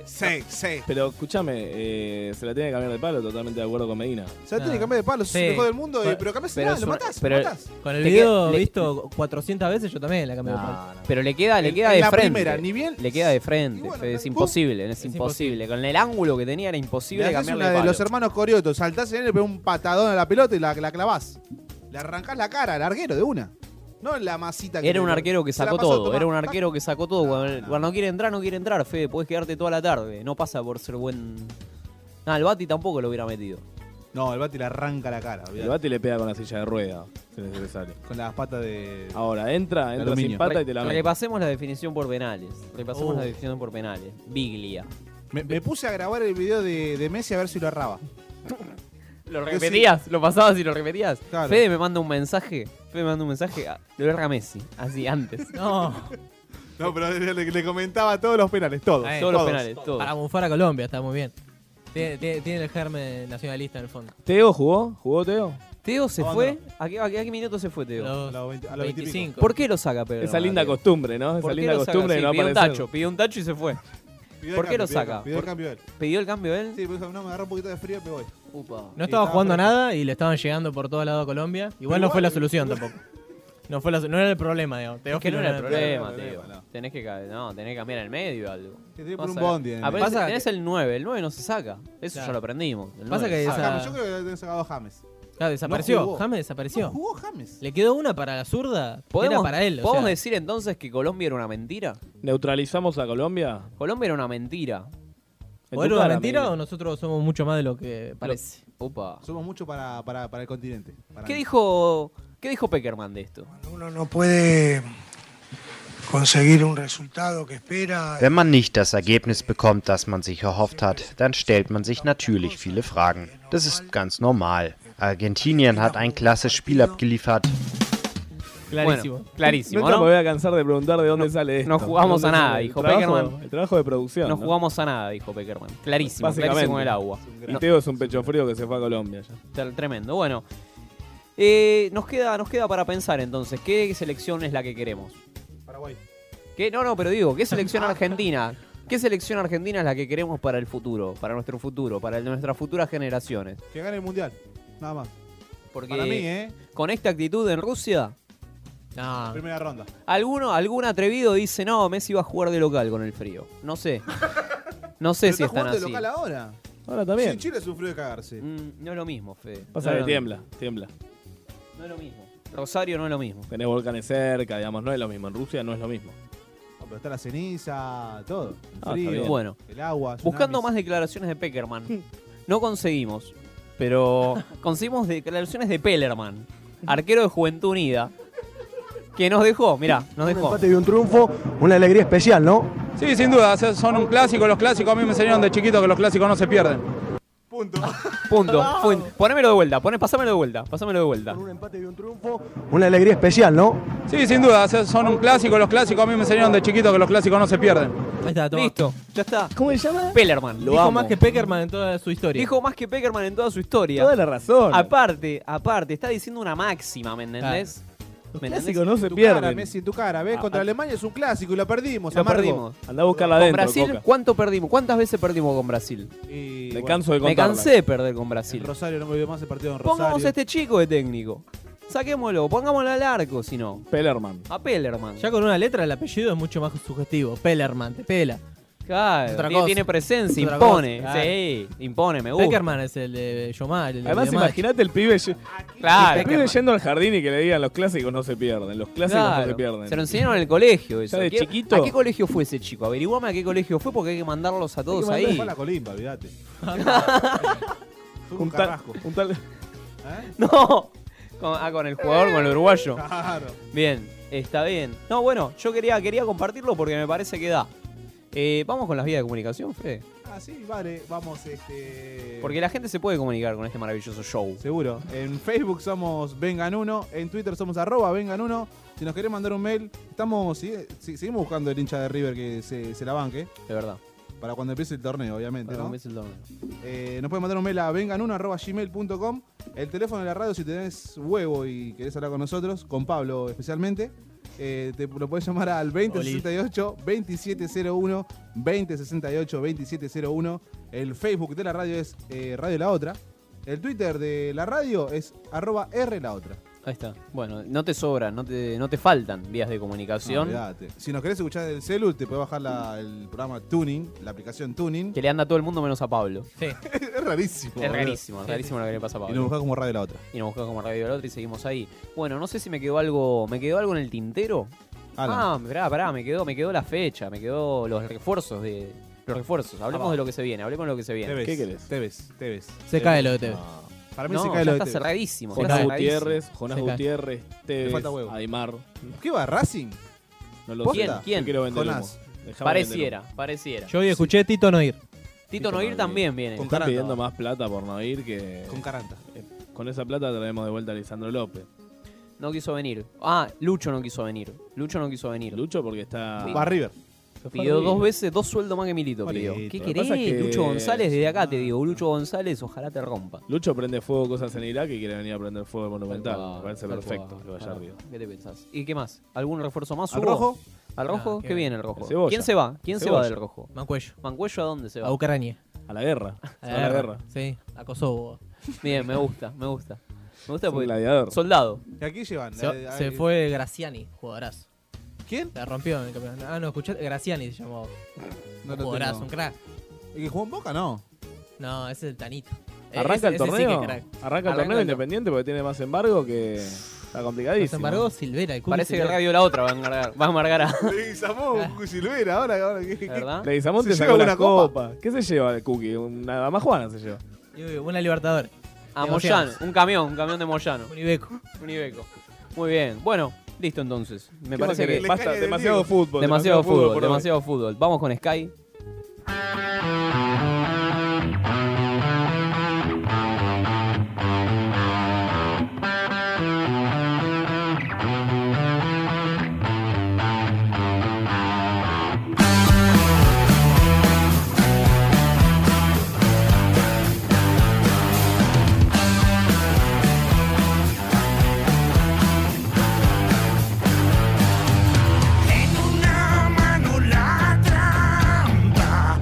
Speaker 10: Sí, sí.
Speaker 9: Pero escúchame, eh, se la tiene que cambiar de palo, totalmente de acuerdo con Medina.
Speaker 10: Se la tiene
Speaker 8: Ah.
Speaker 10: que cambiar de palo, sos el mejor del mundo, y- pero cambias
Speaker 8: Pero
Speaker 10: nada,
Speaker 8: es
Speaker 10: lo
Speaker 8: una-
Speaker 10: matás.
Speaker 8: pero-
Speaker 10: lo matás.
Speaker 3: Con el
Speaker 8: Te
Speaker 3: video
Speaker 8: queda- le-
Speaker 3: visto 400 veces, yo también la cambié de
Speaker 8: No,
Speaker 3: palo.
Speaker 8: Pero le queda, le
Speaker 3: En-
Speaker 8: queda
Speaker 3: en
Speaker 8: de
Speaker 3: la
Speaker 8: frente.
Speaker 3: primera, ni bien-
Speaker 8: Le queda de frente. Fede, es imposible, es,
Speaker 3: Es
Speaker 8: imposible. Con el ángulo que tenía era imposible
Speaker 10: Le haces
Speaker 8: cambiarle
Speaker 10: una
Speaker 8: de
Speaker 10: de
Speaker 8: palo.
Speaker 10: los hermanos Corioto, saltás en él, le pegás un patadón a la pelota y la, la clavás. Le arrancás la cara al arquero de una. No en la masita que
Speaker 8: Era
Speaker 10: le-
Speaker 8: un arquero que
Speaker 10: se la
Speaker 8: sacó
Speaker 10: pasó,
Speaker 8: todo,
Speaker 10: tomá,
Speaker 8: era un
Speaker 10: tac.
Speaker 8: arquero que sacó todo. Cuando, cuando quiere entrar, no quiere entrar, Fede. Podés quedarte toda la tarde. No pasa por ser buen. Nada, el Bati tampoco lo hubiera metido.
Speaker 10: No, el Bati le arranca la cara. olvidate.
Speaker 9: El bate le pega con la silla de rueda, si es necesario.
Speaker 10: Con las patas de.
Speaker 9: Ahora, entra, entra sin
Speaker 10: aluminio.
Speaker 9: pata y te la
Speaker 8: Re-
Speaker 9: mete.
Speaker 8: Repasemos la definición por penales. Repasemos
Speaker 10: Oh.
Speaker 8: la definición por penales. Biglia.
Speaker 10: Me, me puse a grabar el video de, de Messi a ver si lo arraba.
Speaker 8: Lo
Speaker 10: Sí.
Speaker 8: repetías, lo pasabas y lo repetías.
Speaker 10: Claro.
Speaker 8: Fede me manda un mensaje. Fede me manda un mensaje. ah, Lo erra Messi. Así antes.
Speaker 3: No,
Speaker 10: No, pero le, le- le comentaba todos los penales, todos.
Speaker 3: Eh,
Speaker 8: Ah, todos los penales, todos.
Speaker 3: Para bufar a Colombia, está muy bien. Tiene, tiene- tiene el germen nacionalista en el fondo.
Speaker 9: ¿Teo jugó? ¿Jugó Teo?
Speaker 8: Teo se
Speaker 3: No,
Speaker 8: fue. ¿A qué, a qué- a qué minuto se fue Teo?
Speaker 3: Los
Speaker 10: A los 20 a los 20 y pico.
Speaker 3: 25.
Speaker 8: ¿Por qué lo saca Pedro?
Speaker 9: Esa linda
Speaker 8: Mateo?
Speaker 9: costumbre, ¿no? Esa
Speaker 8: ¿Por qué
Speaker 9: linda
Speaker 8: lo saca?
Speaker 9: costumbre de
Speaker 8: Sí,
Speaker 9: no
Speaker 8: pidió un
Speaker 9: aparecer.
Speaker 8: tacho, pidió un tacho y se fue.
Speaker 10: Pidió el
Speaker 8: ¿Por
Speaker 10: cambio,
Speaker 8: qué lo
Speaker 10: pidió el
Speaker 8: saca?
Speaker 10: cambio, pidió el
Speaker 8: ¿Por-
Speaker 10: cambio él.
Speaker 8: ¿Pidió el cambio él?
Speaker 10: Sí, porque dijo, no, me agarró un poquito de frío y me voy.
Speaker 8: Upa.
Speaker 3: No estaba
Speaker 10: Estaba
Speaker 3: jugando
Speaker 10: fresco.
Speaker 3: nada y le estaban llegando por todos lados a Colombia. Igual no fue la solución tampoco. No, fue la so- no era el problema, digamos.
Speaker 8: Es que
Speaker 3: Teófilo
Speaker 8: no era el problema,
Speaker 10: problema,
Speaker 8: Teo. Tenés que, ca- no, tenés que cambiar el medio algo.
Speaker 10: Te tiene
Speaker 8: Vas
Speaker 10: por un
Speaker 8: a-
Speaker 10: bondi, en el
Speaker 8: Ah, pero
Speaker 3: medio.
Speaker 8: tenés el 9, el 9 no se saca. Eso
Speaker 3: eh. Claro.
Speaker 8: ya lo aprendimos. el
Speaker 3: Pasa
Speaker 8: 9.
Speaker 3: que
Speaker 10: Ah,
Speaker 3: esa-
Speaker 10: James, yo creo que lo habían sacado a James.
Speaker 3: Claro, desapareció.
Speaker 10: No jugó.
Speaker 3: James desapareció.
Speaker 10: No jugó James.
Speaker 3: Le quedó una para la zurda. que
Speaker 8: ¿Podemos,
Speaker 3: Era para él. o
Speaker 8: ¿podemos
Speaker 3: sea.
Speaker 8: decir entonces que Colombia era una mentira?
Speaker 9: ¿Neutralizamos a Colombia?
Speaker 8: Colombia era una mentira.
Speaker 9: En
Speaker 3: ¿O
Speaker 9: tu
Speaker 3: era una
Speaker 9: cara,
Speaker 3: mentira
Speaker 9: Medina.
Speaker 3: o nosotros somos mucho más de lo que parece?
Speaker 8: Opa.
Speaker 10: Somos mucho para, para, para el continente. para
Speaker 8: ¿Qué
Speaker 10: mí.
Speaker 8: dijo, ¿Qué dijo Peckerman de esto?
Speaker 14: Uno no puede conseguir un resultado que espera.
Speaker 15: Wenn man nicht das Ergebnis bekommt, das man sich erhofft hat, dann stellt man sich natürlich viele Fragen. Das ist ganz normal. Argentinien hat ein klasse Spiel abgeliefert.
Speaker 3: Clarísimo.
Speaker 9: Bueno,
Speaker 8: clarísimo,
Speaker 9: Nunca
Speaker 8: ¿no?
Speaker 9: me voy a cansar de preguntar de dónde sale esto.
Speaker 8: no jugamos
Speaker 9: ¿De
Speaker 8: a
Speaker 9: dónde
Speaker 8: nada,
Speaker 9: sale? El
Speaker 8: dijo
Speaker 9: trabajo-
Speaker 8: Pekerman.
Speaker 9: El trabajo de producción.
Speaker 8: No
Speaker 9: ¿no?
Speaker 8: jugamos a nada, dijo Peckerman. Clarísimo,
Speaker 9: Básicamente.
Speaker 8: clarísimo en el agua.
Speaker 9: Y Teo es un pecho frío que se fue a Colombia ya.
Speaker 8: Tre- Tremendo. Bueno, eh, nos, queda, nos queda para pensar entonces, ¿qué selección es la que queremos?
Speaker 10: Paraguay.
Speaker 8: ¿Qué? No, no, pero digo, ¿qué selección argentina? ¿Qué selección argentina es la que queremos para el futuro, para nuestro futuro, para el- nuestras futuras generaciones?
Speaker 10: Que gane el mundial. Nada más.
Speaker 8: Porque
Speaker 10: Para mí, ¿eh?
Speaker 8: con esta actitud en Rusia, Ah.
Speaker 3: No.
Speaker 10: Primera ronda.
Speaker 8: alguno, algún atrevido dice, no, Messi va a jugar de local con el frío. No sé. No sé
Speaker 10: Pero
Speaker 8: si
Speaker 10: está
Speaker 8: están
Speaker 10: jugando de
Speaker 8: así.
Speaker 10: local ahora.
Speaker 9: Ahora
Speaker 10: Sí,
Speaker 9: también.
Speaker 10: Chile sufrió de cagarse.
Speaker 8: Mm, no es lo mismo, Fede.
Speaker 9: Pasa
Speaker 8: No es
Speaker 9: que
Speaker 8: lo
Speaker 9: tiembla, tiembla.
Speaker 8: mismo. No es lo mismo. Rosario no es lo mismo.
Speaker 9: Tenés volcanes cerca, digamos, no es lo mismo. En Rusia no es lo mismo.
Speaker 10: No, pero está la ceniza, todo. El
Speaker 9: Ah,
Speaker 10: frío,
Speaker 9: está bien.
Speaker 8: Bueno.
Speaker 10: el agua.
Speaker 8: Buscando más declaraciones de Peckerman. No conseguimos. Pero conseguimos declaraciones de Pellerman, arquero de Juventud Unida, que nos dejó, mirá, nos dejó.
Speaker 16: empate y un triunfo, una alegría especial, ¿no?
Speaker 17: Sí, sin duda, o sea, son un clásico, los clásicos a mí me enseñaron de chiquito que los clásicos no se pierden.
Speaker 8: Punto. Fun- Ponémelo de vuelta, poné, pasámelo de vuelta, pasámelo de vuelta.
Speaker 16: Una alegría especial, ¿no?
Speaker 17: Sí, sin duda, o sea, son un clásico, los clásicos a mí me enseñaron de chiquito que los clásicos no se pierden.
Speaker 8: Listo, ya está.
Speaker 9: ¿Cómo se llama?
Speaker 8: Pellerman.
Speaker 3: Dijo más que Peckerman en toda su historia.
Speaker 8: Dijo más que Peckerman en toda su historia.
Speaker 9: Toda la razón.
Speaker 8: Aparte, aparte, está diciendo una máxima, ¿me entendés? ¿Me entendés?
Speaker 9: clásicos no se
Speaker 10: Tu cara,
Speaker 9: pierden.
Speaker 10: Messi, en tu cara. ¿Ves?
Speaker 8: Ah,
Speaker 10: Contra
Speaker 8: ah.
Speaker 10: Alemania es un clásico y lo perdimos.
Speaker 8: Lo
Speaker 10: amargo.
Speaker 8: perdimos.
Speaker 9: Andá a buscarla
Speaker 8: Con
Speaker 9: adentro,
Speaker 8: Brasil,
Speaker 9: Coca.
Speaker 8: ¿cuánto perdimos? ¿Cuántas veces perdimos con Brasil?
Speaker 10: Y,
Speaker 9: Me
Speaker 10: bueno,
Speaker 9: canso de
Speaker 8: Me
Speaker 9: contarla.
Speaker 8: cansé de perder con Brasil.
Speaker 10: Rosario, no me olvido más el partido en
Speaker 8: Pongamos a
Speaker 10: Rosario.
Speaker 8: este chico de técnico. Saquémoslo, pongámoslo al arco, si no.
Speaker 9: Pellerman.
Speaker 8: A Pellerman.
Speaker 3: Ya con una letra el apellido es mucho más sugestivo. Pellerman, te pela.
Speaker 8: Claro,
Speaker 3: Es otra
Speaker 8: tiene,
Speaker 3: cosa.
Speaker 8: tiene presencia,
Speaker 3: Es otra
Speaker 8: impone.
Speaker 3: cosa, claro.
Speaker 8: Sí, impone, me gusta.
Speaker 3: Peckerman es el de Yomar. el de
Speaker 9: Además,
Speaker 3: Yamaha.
Speaker 9: imagínate el pibe, lle-
Speaker 8: Claro.
Speaker 9: el pibe yendo al jardín y que le digan los clásicos no se pierden. Los clásicos
Speaker 8: Claro,
Speaker 9: no se pierden.
Speaker 8: Se lo enseñaron en el colegio. Eso.
Speaker 9: Ya de
Speaker 8: ¿Qué-
Speaker 9: chiquito.
Speaker 8: ¿A qué colegio fue ese chico? Averiguame a qué colegio fue porque hay que mandarlos a todos
Speaker 10: Hay que
Speaker 8: ahí.
Speaker 10: mandarlo a la colimba, olvídate. Fue un ¿eh?
Speaker 9: Un tal-
Speaker 10: carrasco.
Speaker 9: un tal-
Speaker 8: No. Con, ah, con el jugador, con el uruguayo.
Speaker 10: Claro.
Speaker 8: Bien, está bien. No, bueno, yo quería, quería compartirlo porque me parece que da. Eh, Vamos con las vías de comunicación, Fede.
Speaker 10: Ah, sí, vale, vamos, este...
Speaker 8: Porque la gente se puede comunicar con este maravilloso show.
Speaker 10: Seguro. En Facebook somos Vengan1, en Twitter somos arroba Vengan1. Si nos querés mandar un mail, estamos si- si- seguimos buscando el hincha de River que se, se la banque.
Speaker 8: De verdad.
Speaker 10: Para cuando empiece el torneo, obviamente,
Speaker 8: Para
Speaker 10: ¿no?
Speaker 8: cuando empiece el
Speaker 10: torneo. Eh, nos pueden mandar un mail a vengan1.gmail.com. El teléfono de la radio, si tenés huevo y querés hablar con nosotros, con Pablo especialmente, eh, te lo podés llamar al 2068-2701, 2068-2701. El Facebook de la radio es eh, Radio La Otra. El Twitter de la radio es arroba R La Otra.
Speaker 8: Ahí está. Bueno, no te sobran, no te, no te faltan vías de comunicación.
Speaker 10: Olvídate. Si nos querés escuchar del celu, te podés bajar la- el programa Tuning, la aplicación Tuning.
Speaker 8: que le anda a todo el mundo menos a Pablo. Sí.
Speaker 10: es rarísimo.
Speaker 8: Es
Speaker 10: boludo.
Speaker 8: rarísimo, es rarísimo lo que le pasa a Pablo.
Speaker 10: Y nos buscás como radio la otra.
Speaker 8: Y nos buscás como radio la otra y seguimos ahí. Bueno, no sé si me quedó algo. ¿Me quedó algo en el tintero?
Speaker 10: Ala.
Speaker 8: Ah, pará, pará, me quedó, me quedó la fecha, me quedó los refuerzos de. Los refuerzos. Hablemos
Speaker 10: Ah, va.
Speaker 8: de lo que se viene, hablemos de lo que se viene.
Speaker 10: Tevez, Tevez, Tevez.
Speaker 3: Se cae lo de Tevez.
Speaker 10: Para mí
Speaker 8: No,
Speaker 10: se
Speaker 8: ya
Speaker 10: cae lo de este.
Speaker 8: está
Speaker 10: Tevez.
Speaker 8: cerradísimo,
Speaker 9: Jonás
Speaker 8: está cerradísimo.
Speaker 9: Gutiérrez, Jonás
Speaker 8: Se cae.
Speaker 9: Gutiérrez,
Speaker 10: Le
Speaker 9: Tevez,
Speaker 10: falta huevo.
Speaker 9: Aymar.
Speaker 10: ¿Qué va, Racing?
Speaker 9: No lo
Speaker 8: ¿Quién?
Speaker 9: sé.
Speaker 8: ¿Quién?
Speaker 9: Yo quiero vender
Speaker 8: Jonás.
Speaker 9: humo. Dejame
Speaker 8: Pareciera,
Speaker 9: vender humo.
Speaker 8: pareciera.
Speaker 3: Yo hoy escuché Tito no ir.
Speaker 8: Tito Noir también viene.
Speaker 9: Están pidiendo más plata por no ir que...
Speaker 10: Con Caranta.
Speaker 9: Con esa plata traemos de vuelta a Lisandro López.
Speaker 8: No quiso venir. Ah, Lucho no quiso venir. Lucho no quiso venir.
Speaker 9: Lucho porque está...
Speaker 8: Sí.
Speaker 9: Va River.
Speaker 8: Pidió dos veces, dos sueldos más que Milito pidió.
Speaker 9: Malito.
Speaker 8: ¿Qué
Speaker 9: Lo que pasa
Speaker 8: querés?
Speaker 9: es que-
Speaker 8: Lucho González, desde acá te digo, Lucho González, ojalá te rompa.
Speaker 9: Lucho prende fuego cosas en Irak y quiere venir a prender fuego al Monumental.
Speaker 8: cual,
Speaker 9: Me parece
Speaker 8: tal
Speaker 9: perfecto
Speaker 8: cual.
Speaker 9: que vaya a River.
Speaker 8: ¿Qué te pensás? ¿Y qué más? ¿Algún refuerzo más?
Speaker 9: ¿Al
Speaker 8: Hugo?
Speaker 9: rojo?
Speaker 8: ¿Al rojo?
Speaker 3: Ah,
Speaker 8: ¿Qué
Speaker 3: qué
Speaker 8: viene el
Speaker 3: bien.
Speaker 8: rojo?
Speaker 3: El Cebolla.
Speaker 8: ¿Quién se va? ¿Quién
Speaker 3: Cebolla.
Speaker 8: se va del rojo?
Speaker 3: Mancuello.
Speaker 8: ¿Mancuello a dónde se va?
Speaker 3: A Ucrania.
Speaker 9: A la guerra.
Speaker 3: A
Speaker 9: Se
Speaker 3: la
Speaker 9: va a
Speaker 3: guerra. Sí, a Kosovo.
Speaker 8: Bien, me gusta, me gusta. Me gusta
Speaker 9: Es un
Speaker 8: porque.
Speaker 9: gladiador.
Speaker 8: Soldado.
Speaker 10: ¿Y aquí llevan?
Speaker 3: Se, se fue Graciani, jugadorazo.
Speaker 10: ¿Quién?
Speaker 3: La rompió en el campeonato. Ah, no, escuché. Graciani se llamó.
Speaker 10: No
Speaker 3: Un
Speaker 10: lo
Speaker 3: jugadorazo,
Speaker 10: tengo.
Speaker 3: un crack.
Speaker 10: ¿El que jugó en Boca? No.
Speaker 3: No, ese es el Tanito. Eh,
Speaker 9: Arranca
Speaker 3: ese-
Speaker 9: el
Speaker 3: ese sí que
Speaker 9: torneo.
Speaker 3: es crack.
Speaker 9: Arranca el torneo independiente porque tiene más embargo que. Está complicadísimo.
Speaker 3: Más embargo, Silvera, el Cucu
Speaker 8: Parece que el
Speaker 3: Silvera.
Speaker 8: radio la otra va a enmargar. Va a enmargar a.
Speaker 3: Ah.
Speaker 10: Leguizamón, Cucu Silvera, ahora, ahora que- que-
Speaker 8: ¿Verdad?
Speaker 9: Leguizamón
Speaker 10: ¿Se
Speaker 9: te
Speaker 10: lleva
Speaker 9: sacó
Speaker 10: una
Speaker 9: una
Speaker 10: copa?
Speaker 9: copa. ¿Qué se lleva el cookie? Una dama Juana se lleva.
Speaker 3: Y Una Libertadores.
Speaker 8: A Moyano.
Speaker 3: Negociamos.
Speaker 8: Un camión, un camión de Moyano.
Speaker 3: Un Ibeco.
Speaker 8: Un Ibeco. Muy bien. Bueno, listo entonces. Me
Speaker 9: ¿Qué más
Speaker 8: parece
Speaker 9: querés?
Speaker 8: que.
Speaker 9: Le Basta, cae del demasiado Diego.
Speaker 8: Demasiado,
Speaker 9: fútbol, demasiado fútbol
Speaker 8: fútbol,
Speaker 9: por hoy.
Speaker 8: demasiado fútbol. Vamos con Sky.
Speaker 11: En una mano la trampa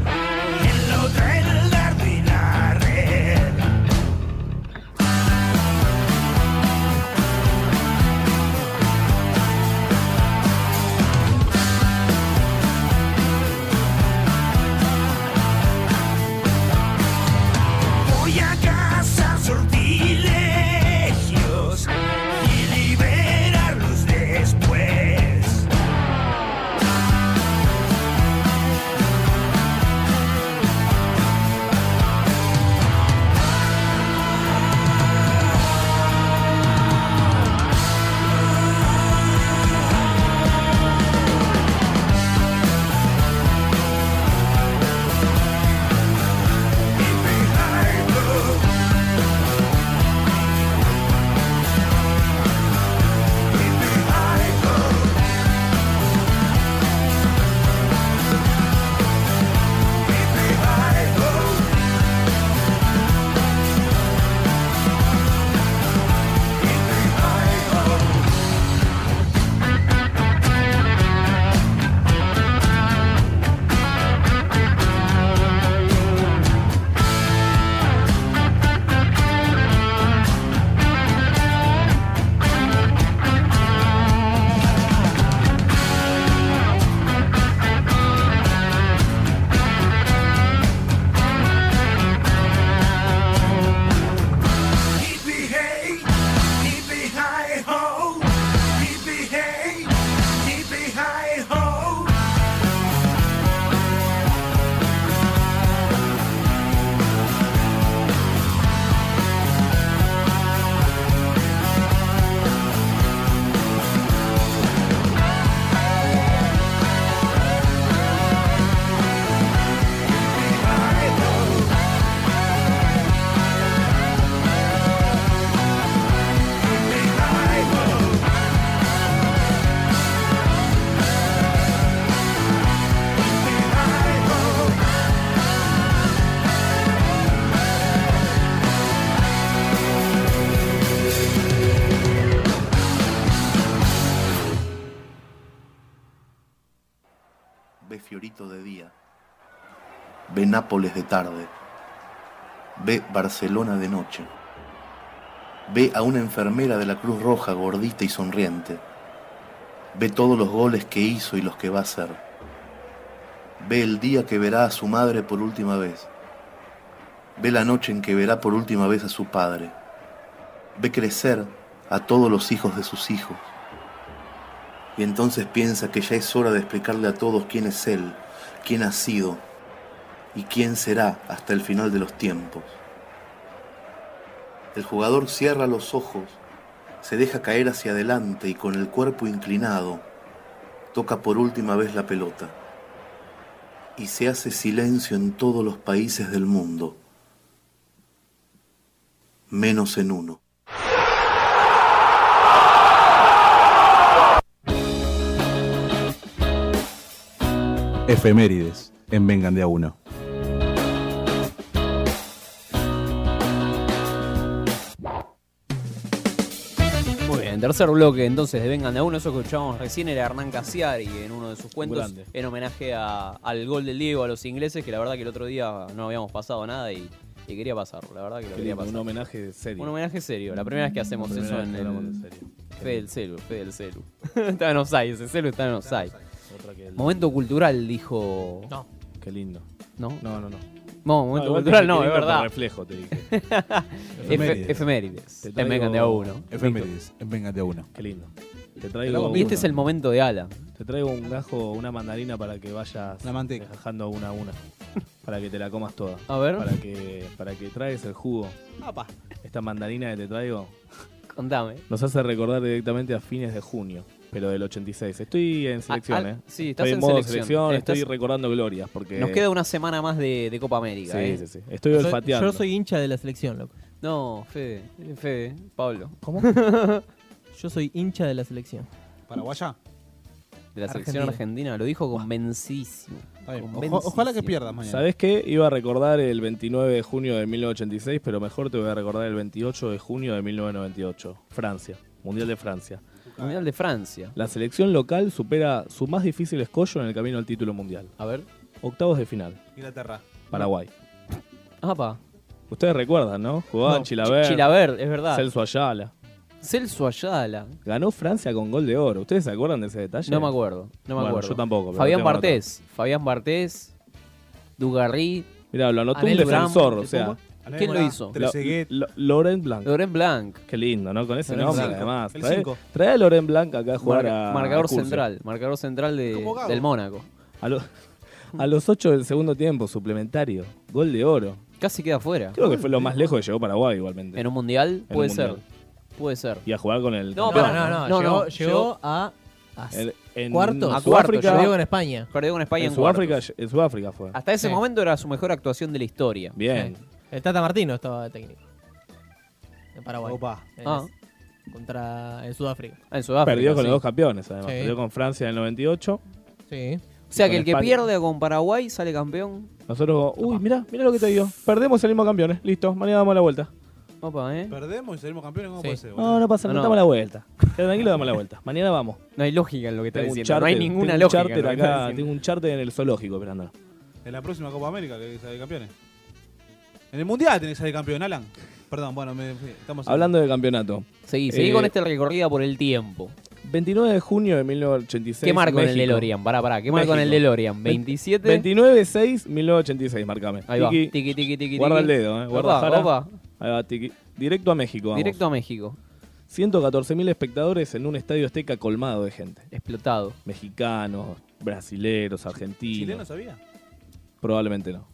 Speaker 18: Ve Fiorito de día. Ve Nápoles de tarde. Ve Barcelona de noche. Ve a una enfermera de la Cruz Roja gordita y sonriente. Ve todos los goles que hizo y los que va a hacer. Ve el día que verá a su madre por última vez. Ve la noche en que verá por última vez a su padre. Ve crecer a todos los hijos de sus hijos. Y entonces piensa que ya es hora de explicarle a todos quién es él, quién ha sido y quién será hasta el final de los tiempos. El jugador cierra los ojos, se deja caer hacia adelante y con el cuerpo inclinado toca por última vez la pelota. Y se hace silencio en todos los países del mundo, menos en uno.
Speaker 10: Efemérides en Vengan de a uno.
Speaker 8: Muy bien, tercer bloque entonces de Vengan de a uno, eso que escuchábamos recién era Hernán Casiari en uno de sus cuentos
Speaker 9: Grande.
Speaker 8: en homenaje a- al gol del Diego a los ingleses, que la verdad que el otro día no habíamos pasado nada y, y quería pasarlo, la verdad que lo
Speaker 9: Qué
Speaker 8: quería
Speaker 9: lindo,
Speaker 8: pasar.
Speaker 9: un homenaje serio.
Speaker 8: Un homenaje serio, la primera vez que hacemos
Speaker 9: La primera
Speaker 8: eso
Speaker 9: vez
Speaker 8: en
Speaker 9: que
Speaker 8: el...
Speaker 9: hablamos de serio.
Speaker 8: Fe del celu, fe del celu. está en offside, ese celu está en offside.
Speaker 9: Otra que el-
Speaker 8: Momento cultural, dijo...
Speaker 9: No. Qué lindo.
Speaker 8: ¿No?
Speaker 9: No, no, no.
Speaker 8: No, momento
Speaker 9: igual te
Speaker 8: cultural
Speaker 9: dije
Speaker 8: no, es
Speaker 9: que iba por
Speaker 8: verdad.
Speaker 9: reflejo, te dije.
Speaker 8: Efemérides. Efemérides.
Speaker 9: Te
Speaker 8: En Vengan de a
Speaker 9: traigo-
Speaker 8: uno.
Speaker 10: Efemérides en Vengan de a uno.
Speaker 9: Qué lindo. Te
Speaker 8: Y este es el momento de Ala.
Speaker 9: Te traigo un gajo, una mandarina para que vayas dejando una a una. Para que te la comas toda.
Speaker 8: A ver.
Speaker 9: Para que, para que traes el jugo.
Speaker 8: Apa.
Speaker 9: Esta mandarina que te traigo
Speaker 8: Contame.
Speaker 9: nos hace recordar directamente a fines de junio, pero del 86. Estoy en selección,
Speaker 8: ah,
Speaker 9: ¿eh?
Speaker 8: sí, estás
Speaker 9: estoy
Speaker 8: en
Speaker 9: modo
Speaker 8: selección.
Speaker 9: estoy
Speaker 8: Estás-
Speaker 9: recordando glorias. porque
Speaker 8: Nos queda una semana más de, de Copa América.
Speaker 9: Sí,
Speaker 8: eh.
Speaker 9: sí, sí. Estoy Yo soy- olfateando.
Speaker 3: Yo soy hincha de la selección, loco.
Speaker 8: No, Fede, Fede, Pablo.
Speaker 9: ¿Cómo?
Speaker 3: Yo soy hincha de la selección.
Speaker 10: ¿Paraguaya?
Speaker 8: De la selección argentina. Lo dijo convencidísimo. Convencidísimo.
Speaker 9: ¿Sabés qué? Iba a recordar el 29 de junio de 1986, pero mejor te voy a recordar el 28 de junio de 1998. Francia. Mundial de Francia.
Speaker 8: Mundial de Francia.
Speaker 9: La selección local supera su más difícil escollo en el camino al título mundial.
Speaker 8: A ver.
Speaker 9: Octavos de final.
Speaker 10: Inglaterra.
Speaker 9: Paraguay.
Speaker 8: Apa.
Speaker 9: Ustedes recuerdan, ¿no? Jugaban
Speaker 8: No.
Speaker 9: Chilaver.
Speaker 8: Ch- Chilaver, es verdad.
Speaker 9: Celso Ayala.
Speaker 8: Celso Ayala.
Speaker 9: Ganó Francia con gol de oro. ¿Ustedes se acuerdan de ese detalle?
Speaker 8: No me acuerdo. No me
Speaker 9: Bueno,
Speaker 8: acuerdo.
Speaker 9: Yo tampoco. pero
Speaker 8: Fabián
Speaker 9: tengo anotado.
Speaker 8: Bartés. Fabián Bartés. Dugarry.
Speaker 9: Mirá, lo anotó
Speaker 8: Anel
Speaker 9: un
Speaker 8: Durán.
Speaker 9: defensor, o
Speaker 8: ¿Cómo?
Speaker 9: sea.
Speaker 8: ¿Quién lo hizo?
Speaker 9: Lo- lo- Laurent Blanc.
Speaker 8: Laurent Blanc.
Speaker 9: Qué lindo, ¿no? Con ese
Speaker 8: El
Speaker 9: nombre,
Speaker 8: cinco.
Speaker 9: además.
Speaker 8: El
Speaker 9: Trae,
Speaker 8: cinco.
Speaker 9: trae a Laurent Blanc acá a jugar
Speaker 8: Marca-
Speaker 9: a.
Speaker 8: marcador
Speaker 9: a Curcio.
Speaker 8: central. Marcador central de-
Speaker 9: Como Gago.
Speaker 8: del Mónaco.
Speaker 9: A, lo- a los 8 del segundo tiempo, suplementario. Gol de oro.
Speaker 8: Casi queda fuera.
Speaker 9: Creo que fue lo más lejos que llegó Paraguay, igualmente.
Speaker 8: En un mundial
Speaker 9: En
Speaker 8: puede
Speaker 9: un
Speaker 8: ser.
Speaker 9: mundial.
Speaker 8: Puede ser.
Speaker 9: Y a jugar con el.
Speaker 8: No,
Speaker 9: campeón,
Speaker 8: pará, no, no,
Speaker 3: No,
Speaker 8: Llegó-
Speaker 3: no, llegó,
Speaker 8: llegó
Speaker 3: a, a
Speaker 9: El- en
Speaker 3: cuartos.
Speaker 9: Sudáfrica-
Speaker 3: A cuartos, perdió con España.
Speaker 8: Perdió con España en,
Speaker 9: en, Sudáfrica,
Speaker 8: cuartos.
Speaker 9: en Sudáfrica fue.
Speaker 8: Hasta ese
Speaker 3: Sí.
Speaker 8: momento era su mejor actuación de la historia.
Speaker 9: Bien.
Speaker 3: El Tata Martino estaba de técnico. En Paraguay.
Speaker 10: Opa.
Speaker 3: En-
Speaker 8: Ah.
Speaker 3: Contra en Sudáfrica.
Speaker 8: Ah, en Sudáfrica.
Speaker 9: Perdió con
Speaker 8: sí.
Speaker 9: los dos campeones, además.
Speaker 3: Sí.
Speaker 9: Perdió con Francia en el 98.
Speaker 3: Sí.
Speaker 8: O sea
Speaker 9: Con
Speaker 8: que el que
Speaker 9: España.
Speaker 8: pierde con Paraguay sale campeón.
Speaker 9: Nosotros, uy, mirá, mirá lo que te digo. Perdemos el mismo campeones. Listo, mañana damos la vuelta.
Speaker 8: Opa, eh.
Speaker 10: Perdemos y salimos campeones, ¿cómo puede ser?
Speaker 9: No, no pasa nada, damos la vuelta. Queda tranquilo, damos la vuelta. Mañana vamos.
Speaker 8: No hay lógica en lo que está
Speaker 9: Tengo un
Speaker 8: diciendo. no hay
Speaker 9: charter-
Speaker 8: ninguna
Speaker 9: tengo un
Speaker 8: lógica.
Speaker 9: charter
Speaker 8: en lo que está
Speaker 9: acá,
Speaker 8: diciendo.
Speaker 9: tengo un charter en el zoológico esperando.
Speaker 10: En la próxima Copa América que sale campeones. En el Mundial tenés que salir campeón, Alan. Perdón, bueno, me, fui. estamos
Speaker 9: Hablando de campeonato.
Speaker 8: Seguí,
Speaker 9: Eh,
Speaker 8: seguí con este recorrido por el tiempo.
Speaker 9: 29 de junio de 1986.
Speaker 8: ¿Qué marco en el
Speaker 9: México.
Speaker 8: DeLorean? Pará, pará. ¿Qué marco en el
Speaker 9: México.
Speaker 8: DeLorean? 27.
Speaker 9: 29 6 1986, marcame.
Speaker 8: Ahí va.
Speaker 9: Tiki,
Speaker 8: Tiki, tiki, tiki,
Speaker 9: Guarda
Speaker 8: tiki.
Speaker 9: el dedo, eh.
Speaker 8: Opa,
Speaker 9: Guarda Jara.
Speaker 8: opa.
Speaker 9: Ahí va, tiki. Directo a México, vamos.
Speaker 8: Directo a México.
Speaker 9: 114.000 espectadores en un estadio azteca colmado de gente.
Speaker 8: Explotado.
Speaker 9: Mexicanos, brasileros, argentinos.
Speaker 10: ¿Chileno sabía?
Speaker 9: Probablemente no.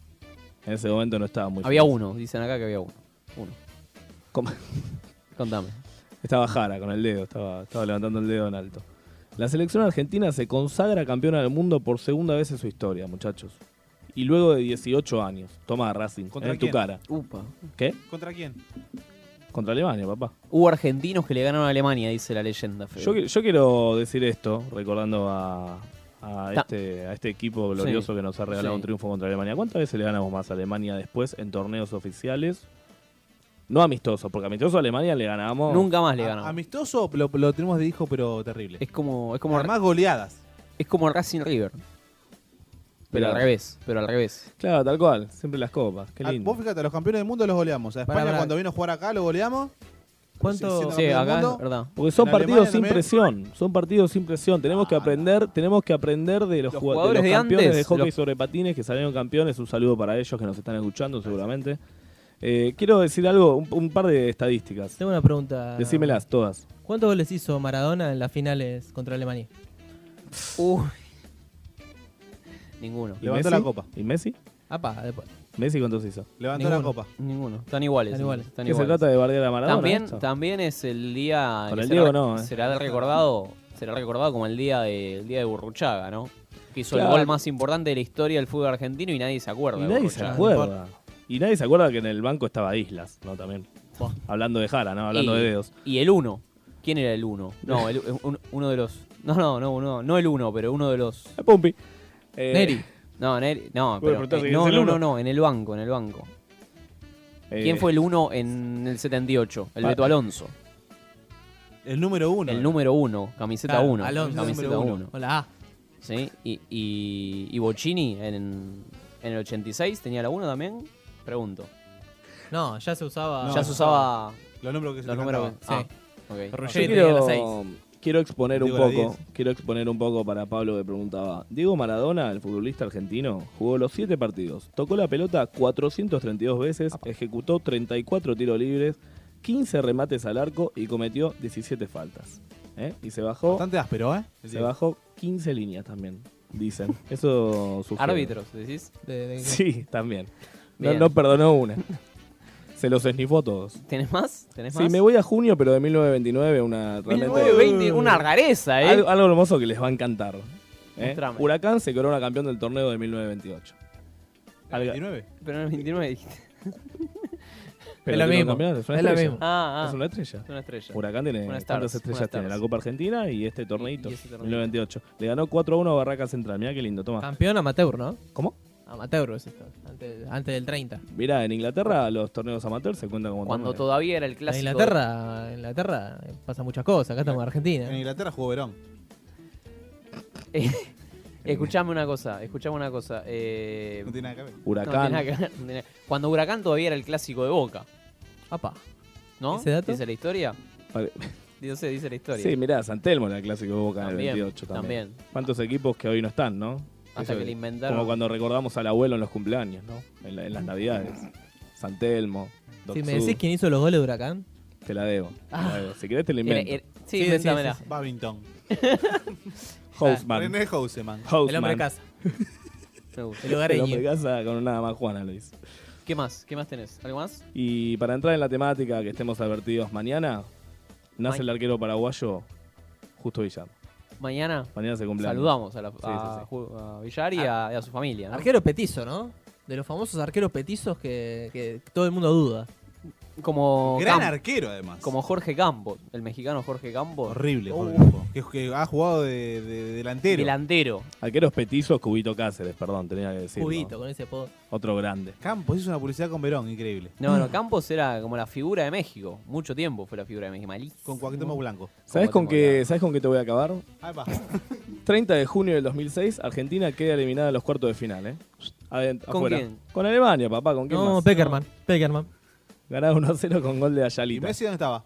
Speaker 9: En ese momento no estaba muy
Speaker 8: Había
Speaker 9: feliz.
Speaker 8: uno, dicen acá que había uno. Uno.
Speaker 9: ¿Cómo?
Speaker 8: Contame.
Speaker 9: Estaba Jara con el dedo, estaba, estaba levantando el dedo en alto. La selección argentina se consagra campeona del mundo por segunda vez en su historia, muchachos. Y luego de 18 años. Toma, Racing,
Speaker 10: ¿Contra
Speaker 9: en
Speaker 10: quién?
Speaker 9: tu cara.
Speaker 8: Upa.
Speaker 9: ¿Qué?
Speaker 10: ¿Contra quién?
Speaker 9: Contra Alemania, papá.
Speaker 8: Hubo argentinos que le ganaron a Alemania, dice la leyenda. Fede.
Speaker 9: Yo, qui- yo quiero decir esto, recordando a, a
Speaker 8: Ta-
Speaker 9: este, a este equipo glorioso
Speaker 8: Sí,
Speaker 9: que nos ha regalado
Speaker 8: sí.
Speaker 9: un triunfo contra Alemania. ¿Cuántas veces le ganamos más a Alemania después en torneos oficiales? No amistosos, porque amistosos a Alemania le ganamos.
Speaker 8: Nunca más le
Speaker 9: A-
Speaker 8: ganamos.
Speaker 10: Amistoso lo, lo tenemos de hijo, pero terrible.
Speaker 8: Es como. Es como
Speaker 10: Además, goleadas.
Speaker 8: Es como Racing River. Pero al revés, pero al revés.
Speaker 9: Claro, tal cual. Siempre las copas. Qué
Speaker 10: Ah,
Speaker 9: lindo.
Speaker 10: Vos fíjate, a los campeones del mundo los goleamos. A España
Speaker 9: Pará, pará.
Speaker 10: cuando vino a jugar acá lo goleamos.
Speaker 9: ¿Cuánto?
Speaker 10: Siendo campeón del mundo.
Speaker 9: Porque son
Speaker 10: En
Speaker 9: partidos sin
Speaker 10: Alemania
Speaker 9: presión. Son partidos sin presión. Tenemos que aprender, tenemos que aprender de los,
Speaker 8: Ah. Los
Speaker 9: jugad-
Speaker 8: jugadores
Speaker 9: de
Speaker 8: de
Speaker 9: los campeones
Speaker 8: antes,
Speaker 9: de hockey
Speaker 8: los-
Speaker 9: sobre patines que salieron campeones. Un saludo para ellos que nos están escuchando seguramente. Eh, quiero decir algo, un, un par de estadísticas.
Speaker 3: Tengo una
Speaker 8: Ah.
Speaker 3: pregunta.
Speaker 9: Decímelas todas.
Speaker 3: ¿Cuántos goles hizo Maradona en las finales contra Alemania?
Speaker 8: Uy. Ninguno.
Speaker 9: ¿Y Messi? ¿Y Messi?
Speaker 3: Apa, después.
Speaker 9: ¿Messi cuántos hizo?
Speaker 10: Levantó
Speaker 8: Ninguno.
Speaker 10: la copa.
Speaker 8: Ninguno. Están iguales.
Speaker 9: Están
Speaker 8: sí,
Speaker 9: iguales.
Speaker 8: están
Speaker 9: ¿Qué se
Speaker 8: iguales.
Speaker 9: trata de bardear a Maradona,
Speaker 8: También,
Speaker 9: esto?
Speaker 8: también es el día.
Speaker 9: Con
Speaker 8: que
Speaker 9: el
Speaker 8: será-
Speaker 9: Diego no, eh.
Speaker 8: Será recordado, será recordado como el día de, el día de Burruchaga, ¿no? Que hizo
Speaker 9: Claro.
Speaker 8: el gol más importante de la historia del fútbol argentino y nadie se acuerda.
Speaker 9: Y
Speaker 8: de
Speaker 9: nadie se
Speaker 8: Burruchaga.
Speaker 9: acuerda. Y nadie se acuerda que en el banco estaba Islas, ¿no? También.
Speaker 3: Buah.
Speaker 9: Hablando de Jara, ¿no? Hablando
Speaker 8: y,
Speaker 9: de dedos.
Speaker 8: Y el 1. ¿Quién era el 1? No, el- eh, un- uno de los. No, no, no, no, no el 1, pero uno de los.
Speaker 9: Eh, Pumpi. Eh,
Speaker 3: Neri.
Speaker 8: No, Neri. No,
Speaker 9: Voy a
Speaker 8: pero-
Speaker 9: preguntar si
Speaker 8: eh,
Speaker 9: es
Speaker 8: no,
Speaker 9: el
Speaker 8: no,
Speaker 9: uno.
Speaker 8: no, no, en el banco, en el banco.
Speaker 9: Eh,
Speaker 8: ¿Quién fue el 1 en el 78? El
Speaker 9: Pa-
Speaker 8: Beto Alonso.
Speaker 10: El número eh. 1.
Speaker 8: El número 1, camiseta
Speaker 3: Claro,
Speaker 8: 1.
Speaker 3: Alonso,
Speaker 8: Camiseta
Speaker 3: número uno.
Speaker 8: 1.
Speaker 3: Hola, A.
Speaker 8: Sí, y, y, y Bocini en, en el 86 tenía la 1 también. Pregunto.
Speaker 3: No, ya se usaba.
Speaker 8: ya se usaba.
Speaker 10: Los números que se
Speaker 8: Los números.
Speaker 3: cantaban.
Speaker 8: Ah,
Speaker 3: Sí.
Speaker 8: ok.
Speaker 9: Yo
Speaker 3: Ruggeri tenía la
Speaker 9: quiero,
Speaker 3: seis.
Speaker 9: quiero exponer un
Speaker 3: Digo la
Speaker 9: poco.
Speaker 3: 10.
Speaker 9: Quiero exponer un poco para Pablo que preguntaba. Diego Maradona, el futbolista argentino, jugó los 7 partidos, tocó la pelota 432 veces, ejecutó 34 tiros libres, 15 remates al arco y cometió 17 faltas. ¿Eh? Y se bajó.
Speaker 10: Bastante áspero, ¿eh?
Speaker 9: Se bajó 15 líneas también, dicen. Eso sugiere.
Speaker 8: Árbitros, decís.
Speaker 9: Sí, también. No,
Speaker 8: Bien.
Speaker 9: no perdonó una. Se los esnifó a todos.
Speaker 8: ¿Tenés más? ¿Tenés
Speaker 9: Sí,
Speaker 8: más?
Speaker 9: me voy a junio, pero de 1929, una realmente-
Speaker 8: 1920, una rareza, ¿eh?
Speaker 9: Algo, algo hermoso que les va a encantar. ¿eh?
Speaker 8: Mostrame.
Speaker 9: Huracán se corona campeón del torneo de 1928. Alga-
Speaker 8: Pero en el 29 dijiste.
Speaker 9: Pero
Speaker 3: Es lo
Speaker 9: tiene un
Speaker 3: mismo,
Speaker 9: campeón, Es, una
Speaker 3: es lo
Speaker 9: estrella.
Speaker 3: mismo.
Speaker 8: Ah, ah.
Speaker 9: Es una estrella.
Speaker 8: Es una estrella.
Speaker 9: Huracán tiene
Speaker 8: Una
Speaker 9: cuántas
Speaker 8: Stars,
Speaker 9: estrellas
Speaker 8: una
Speaker 9: tiene. La
Speaker 8: Stars.
Speaker 9: Copa Argentina y este torneito.
Speaker 8: y ese Ah. torneito.
Speaker 9: 1928. Le ganó 4-1 a Barraca Central. Mirá qué lindo, toma.
Speaker 3: Campeón amateur, ¿no?
Speaker 9: ¿Cómo?
Speaker 3: Amateur es esto. Antes, antes del 30.
Speaker 9: Mirá, en Inglaterra los torneos amateur se cuentan como
Speaker 8: Cuando
Speaker 9: torneos.
Speaker 8: todavía era el
Speaker 3: En
Speaker 8: clásico.
Speaker 3: Inglaterra, en Inglaterra eh, pasa muchas cosas. Acá estamos en Argentina.
Speaker 10: En Inglaterra jugó Verón.
Speaker 8: Escuchame una cosa, escuchame una cosa. eh,
Speaker 10: No tiene nada que ver.
Speaker 8: No
Speaker 9: Huracán.
Speaker 8: tiene nada que ver, no tiene nada- Cuando Huracán todavía era el clásico de Boca.
Speaker 3: Apa.
Speaker 8: ¿No?
Speaker 9: ¿Ese dato?
Speaker 8: ¿Dice la historia?
Speaker 9: Vale.
Speaker 8: Dice, dice la historia.
Speaker 9: Sí, mirá, San Telmo era el clásico de Boca en el
Speaker 8: También,
Speaker 9: 28 también.
Speaker 8: también.
Speaker 9: ¿Cuántos equipos que hoy no están, no?
Speaker 8: Hasta que le inventaron.
Speaker 9: Como cuando recordamos al abuelo en los cumpleaños, ¿no? En, la- en las navidades. San Telmo, Doc
Speaker 3: Si me
Speaker 9: Sud,
Speaker 3: decís quién hizo los goles de Huracán.
Speaker 9: Te la debo. te la
Speaker 3: Ah.
Speaker 9: debo. Si querés te la
Speaker 3: Era-
Speaker 9: invento.
Speaker 3: era- sí, Sí, invéntamela. sí, sí,
Speaker 10: Babington.
Speaker 9: Houseman.
Speaker 10: René Houseman.
Speaker 9: Houseman.
Speaker 3: El hombre casa.
Speaker 8: Me gusta.
Speaker 9: El hombre casa con una más Juana lo hizo.
Speaker 8: ¿Qué más? ¿Qué más tenés? ¿Algo más?
Speaker 9: Y para entrar en la temática que estemos advertidos mañana, nace
Speaker 8: Ma-
Speaker 9: el arquero paraguayo Justo Villar.
Speaker 8: Mañana
Speaker 9: Mañana se cumple.
Speaker 8: saludamos a, la,
Speaker 9: Sí, sí,
Speaker 8: a
Speaker 9: sí. Ah.
Speaker 8: Ju- a Villar y a, y a su familia. ¿no?
Speaker 3: Arquero petizo, ¿no? De los famosos arqueros petizos que, que todo el mundo duda.
Speaker 8: Como
Speaker 10: Gran
Speaker 8: Campo.
Speaker 10: arquero, además.
Speaker 8: Como Jorge Campo, el mexicano Jorge Campo.
Speaker 10: Horrible, Jorge
Speaker 8: Uh,
Speaker 10: Campo. que, que ha jugado de, de- de delantero.
Speaker 8: Delantero.
Speaker 9: Arqueros petizos, Cubito Cáceres, perdón, tenía que decir.
Speaker 8: Cubito, con ese apodo.
Speaker 9: Otro grande.
Speaker 10: Campos hizo una publicidad con Verón, increíble.
Speaker 8: No,
Speaker 9: Mm.
Speaker 8: no, Campos era como la figura de México. Mucho tiempo fue la figura de México. Malísimo.
Speaker 10: Con Cuauhtémoc Blanco.
Speaker 9: ¿Sabes con, qué, ¿Sabes con qué te voy a acabar?
Speaker 10: Ahí va.
Speaker 9: 30 de junio del 2006, Argentina queda eliminada en los cuartos de final, ¿eh? Adent-
Speaker 3: ¿Con
Speaker 9: afuera.
Speaker 3: quién?
Speaker 9: Con Alemania, papá, ¿con quién
Speaker 3: No,
Speaker 9: más?
Speaker 3: Peckerman. Peckerman.
Speaker 9: Ganaba 1 a 0 con gol de Ayalita.
Speaker 10: ¿Y Messi dónde estaba?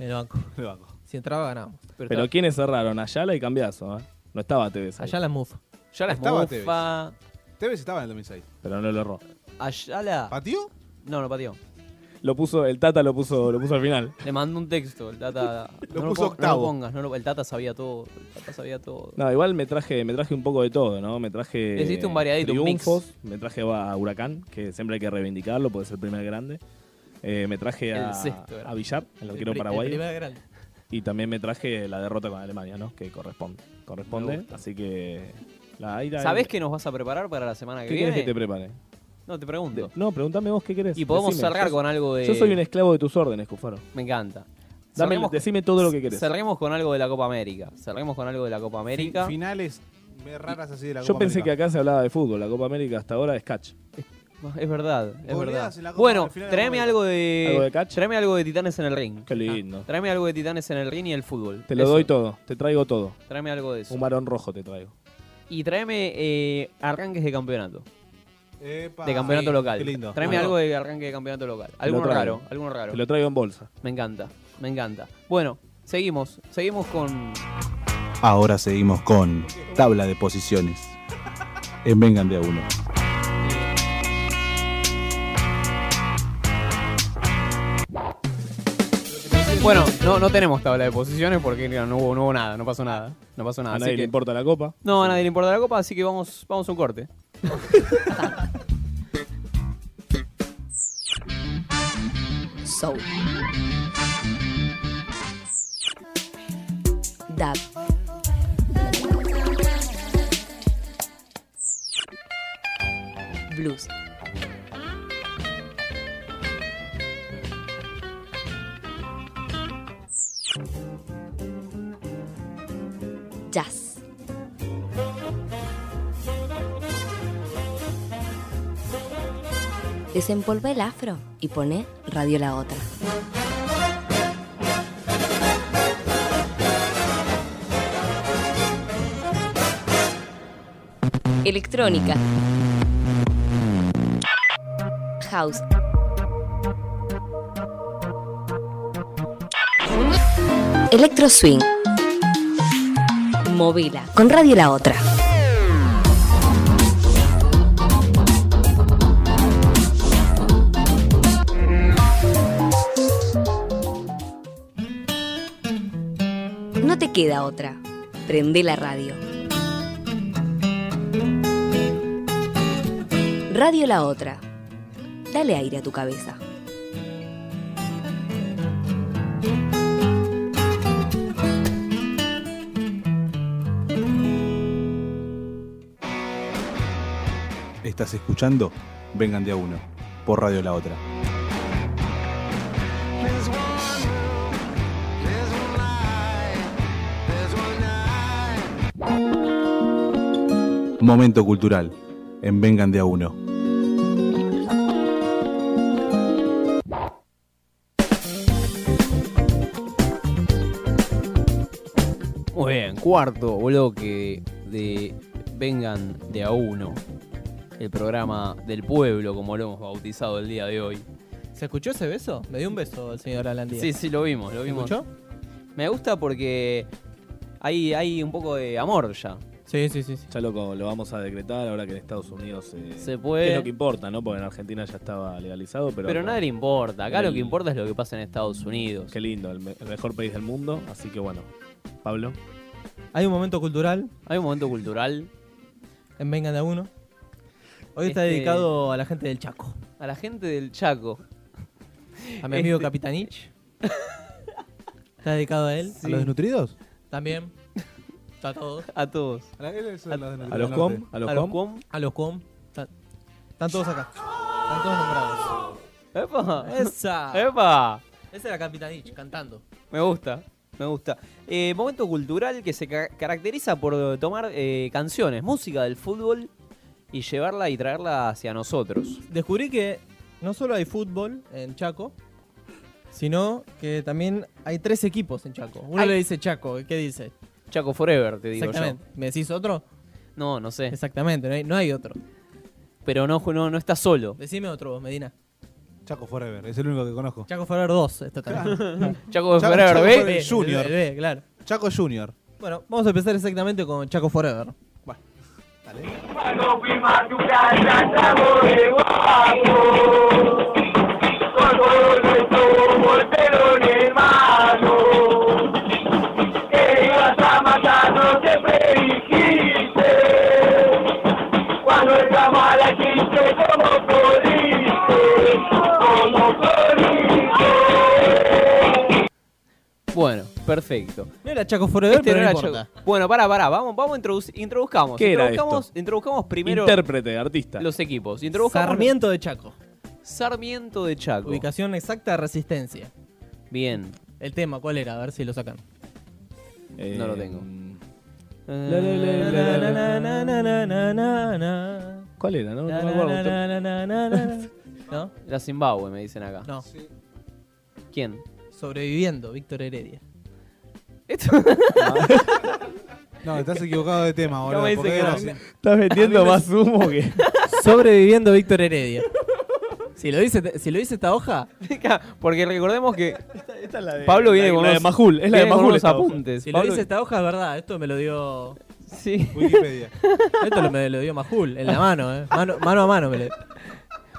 Speaker 3: En el banco.
Speaker 10: El banco.
Speaker 3: Si entraba, ganábamos.
Speaker 9: Pero, ¿quiénes cerraron? Ayala y Cambiazo, ¿eh? No estaba Tevez. ahí,
Speaker 3: Ayala Mufa.
Speaker 8: Ayala es
Speaker 10: Estaba
Speaker 8: mufa.
Speaker 10: Tevez estaba en el 2006.
Speaker 9: Pero no lo erró.
Speaker 8: Ayala.
Speaker 10: ¿Patió?
Speaker 8: No, no pateó.
Speaker 9: Lo puso, el Tata lo puso, lo puso al final.
Speaker 8: Le mandó un texto. El Tata.
Speaker 10: Lo
Speaker 8: no
Speaker 10: puso
Speaker 8: pon- No
Speaker 9: octavo.
Speaker 8: lo pongas. no lo- el Tata sabía todo. El Tata sabía todo.
Speaker 9: No, igual me traje, me traje un poco de todo, ¿no? Me traje
Speaker 8: Le hiciste un variadito, un mix.
Speaker 9: triunfos, me traje a Huracán, que siempre hay que reivindicarlo, porque es el primer grande. Eh, me traje
Speaker 8: El
Speaker 9: a,
Speaker 8: sexto era.
Speaker 9: a Villar, el
Speaker 8: El
Speaker 9: arquero
Speaker 8: pri- el
Speaker 9: paraguayo.
Speaker 8: primer grande.
Speaker 9: Y también me traje la derrota con Alemania, ¿no? Que corresponde.
Speaker 8: Me
Speaker 9: Corresponde,
Speaker 8: gusta.
Speaker 9: así que la aire.
Speaker 8: ¿Sabés que nos vas a preparar para la semana que
Speaker 9: ¿Qué
Speaker 8: viene?
Speaker 9: querés que te prepare?
Speaker 8: No, te pregunto.
Speaker 9: No, preguntame vos qué querés.
Speaker 8: Y podemos
Speaker 9: Decime.
Speaker 8: cerrar
Speaker 9: Yo-
Speaker 8: con algo de-
Speaker 9: Yo soy un esclavo de tus órdenes, Cufaro.
Speaker 8: Me encanta.
Speaker 9: Dame-
Speaker 8: Cerremos-
Speaker 9: decime todo lo que querés.
Speaker 8: Cerremos con algo de la Copa América. Cerremos con algo de la Copa América.
Speaker 10: Fin- finales raras así de la
Speaker 9: Yo pensé que acá se hablaba de fútbol. La Copa América hasta ahora es catch.
Speaker 8: Ah, Es verdad, es
Speaker 10: Goleadas
Speaker 8: verdad.
Speaker 10: en la Copa,
Speaker 8: Bueno,
Speaker 10: al final de la
Speaker 8: tráeme
Speaker 10: Copa
Speaker 8: algo de.
Speaker 9: ¿Algo de
Speaker 8: tráeme algo de Titanes en el ring. Ah,
Speaker 9: Qué lindo.
Speaker 8: Tráeme algo de Titanes en el ring y el fútbol.
Speaker 9: Te lo
Speaker 8: Eso.
Speaker 9: doy todo. Te traigo todo.
Speaker 8: Tráeme algo de eso.
Speaker 9: Un varón rojo te traigo.
Speaker 8: y tráeme eh, arranques de campeonato.
Speaker 10: Epa.
Speaker 8: de campeonato
Speaker 10: Sí,
Speaker 8: local.
Speaker 10: qué lindo.
Speaker 8: Tráeme
Speaker 10: Bueno.
Speaker 8: algo de arranque de campeonato local.
Speaker 9: Te lo
Speaker 8: Alguno
Speaker 9: traigo.
Speaker 8: raro, alguno raro.
Speaker 9: Te lo traigo en bolsa.
Speaker 8: Me encanta, me encanta. Bueno, seguimos, seguimos con
Speaker 10: Ahora seguimos con tabla de posiciones. En Vengan de a uno.
Speaker 8: Bueno, no, no tenemos tabla de posiciones porque no hubo, no hubo nada, no pasó nada. No pasó nada.
Speaker 9: A
Speaker 8: así
Speaker 9: nadie le
Speaker 8: que-
Speaker 9: importa la copa.
Speaker 8: No, a nadie le importa la copa, así que vamos, vamos a un corte.
Speaker 19: Soul. Dab. Blues. Jazz. Desempolva el afro y pone Radio La Otra. Electrónica. House. Electro Swing. Movila. Con Radio La Otra. No te queda otra. Prende la radio. Radio La Otra. Dale aire a tu cabeza.
Speaker 10: Estás escuchando Vengan de a uno por Radio La Otra. Momento cultural en Vengan de a uno.
Speaker 8: Muy bien, cuarto bloque de Vengan de a uno, el programa del pueblo, como lo hemos bautizado el día de hoy.
Speaker 3: ¿Se escuchó ese beso? Me dio un beso el señor Alandía.
Speaker 8: Sí, sí, lo vimos, lo
Speaker 3: ¿Se
Speaker 8: vimos.
Speaker 3: escuchó?
Speaker 8: Me gusta porque hay, hay un poco de amor ya.
Speaker 3: Sí, sí, sí. sí.
Speaker 9: Ya lo, lo vamos a decretar ahora que en Estados Unidos eh,
Speaker 8: Se puede.
Speaker 9: que Es lo que importa, ¿no? Porque en Argentina ya estaba legalizado, pero.
Speaker 8: Pero a nadie le importa. Acá lo que
Speaker 9: El-
Speaker 8: importa es lo que pasa en Estados Unidos.
Speaker 9: Qué lindo, el, me- el mejor país del mundo. Así que bueno, Pablo.
Speaker 3: Hay un momento cultural.
Speaker 8: Hay un momento cultural.
Speaker 3: En Vengan de a uno. Hoy está
Speaker 8: Este-
Speaker 3: dedicado a la gente del Chaco.
Speaker 8: A la gente del Chaco.
Speaker 3: A mi amigo
Speaker 8: Este-
Speaker 3: Capitanich. Está dedicado a él.
Speaker 8: ¿A los
Speaker 10: desnutridos?
Speaker 3: También. A todos.
Speaker 8: A todos.
Speaker 9: ¿A los com? ¿A los com?
Speaker 3: A los com. Está- Están todos acá. Están todos nombrados.
Speaker 8: ¡Epa!
Speaker 3: ¡Esa!
Speaker 8: ¡Epa!
Speaker 3: Esa era Capitanich cantando.
Speaker 8: Me gusta, me gusta. Eh, momento cultural que se ca- caracteriza por tomar eh, canciones, música del fútbol y llevarla y traerla hacia nosotros.
Speaker 3: Descubrí que no solo hay fútbol en Chaco, sino que también hay tres equipos en Chaco. Uno
Speaker 8: Ay.
Speaker 3: le dice Chaco, ¿qué dice?
Speaker 8: Chaco Forever, te digo yo.
Speaker 3: Exactamente. ¿Me decís otro?
Speaker 8: No, no sé.
Speaker 3: Exactamente, no hay, no hay otro.
Speaker 8: Pero no, no, no está solo.
Speaker 3: Decime otro vos, Medina.
Speaker 10: Chaco Forever, es el único que conozco.
Speaker 3: Chaco Forever 2, esta también.
Speaker 8: Chaco Forever B.
Speaker 3: el
Speaker 10: Junior.
Speaker 3: B, el B, claro.
Speaker 10: Chaco Junior.
Speaker 3: Bueno, vamos a empezar exactamente con Chaco Forever.
Speaker 11: Que ibas a matar, no te predijiste. Cuando el cámara hiciste como pudiste, como pudiste.
Speaker 8: Bueno, perfecto.
Speaker 3: No era Chaco Forever,
Speaker 8: Este
Speaker 3: pero
Speaker 8: no
Speaker 3: no
Speaker 8: era
Speaker 3: importa.
Speaker 8: Chaco- Bueno, pará, pará, vamos, vamos a introduc- introduzcamos.
Speaker 9: ¿Qué era
Speaker 8: introduzcamos,
Speaker 9: esto?
Speaker 8: introduzcamos primero
Speaker 9: Intérprete, artista.
Speaker 8: los equipos. Introduzcamos
Speaker 3: Sarmiento de Chaco.
Speaker 8: Sarmiento de Chaco.
Speaker 3: Ubicación exacta de Resistencia.
Speaker 8: Bien,
Speaker 3: El tema, ¿cuál era? A ver si lo sacan.
Speaker 8: no
Speaker 9: Eh,
Speaker 8: lo tengo.
Speaker 9: ¿Cuál era? No, no
Speaker 3: Na,
Speaker 9: me
Speaker 3: na,
Speaker 9: acuerdo.
Speaker 3: na, na, na, na, na. ¿No?
Speaker 8: La Zimbabue, me dicen acá.
Speaker 3: No.
Speaker 8: ¿Quién?
Speaker 3: Sobreviviendo, Víctor Heredia.
Speaker 20: No, estás equivocado de tema, boludo.
Speaker 3: me dice
Speaker 20: porque
Speaker 3: que
Speaker 20: era
Speaker 3: no.
Speaker 20: así.
Speaker 3: Estás vendiendo
Speaker 20: A mí me-
Speaker 3: más humo que- Sobreviviendo Víctor Heredia. Si lo dice, si lo dice esta hoja.
Speaker 8: Porque recordemos que
Speaker 3: Esta es la de.
Speaker 8: Pablo viene con unos- viene con unos apuntes.
Speaker 3: Si
Speaker 8: Pablo-
Speaker 3: lo dice esta hoja es verdad, esto me lo dio.
Speaker 8: Sí.
Speaker 20: Wikipedia.
Speaker 3: Esto lo- me lo dio Majul, en la mano, eh. Mano, mano a mano me lo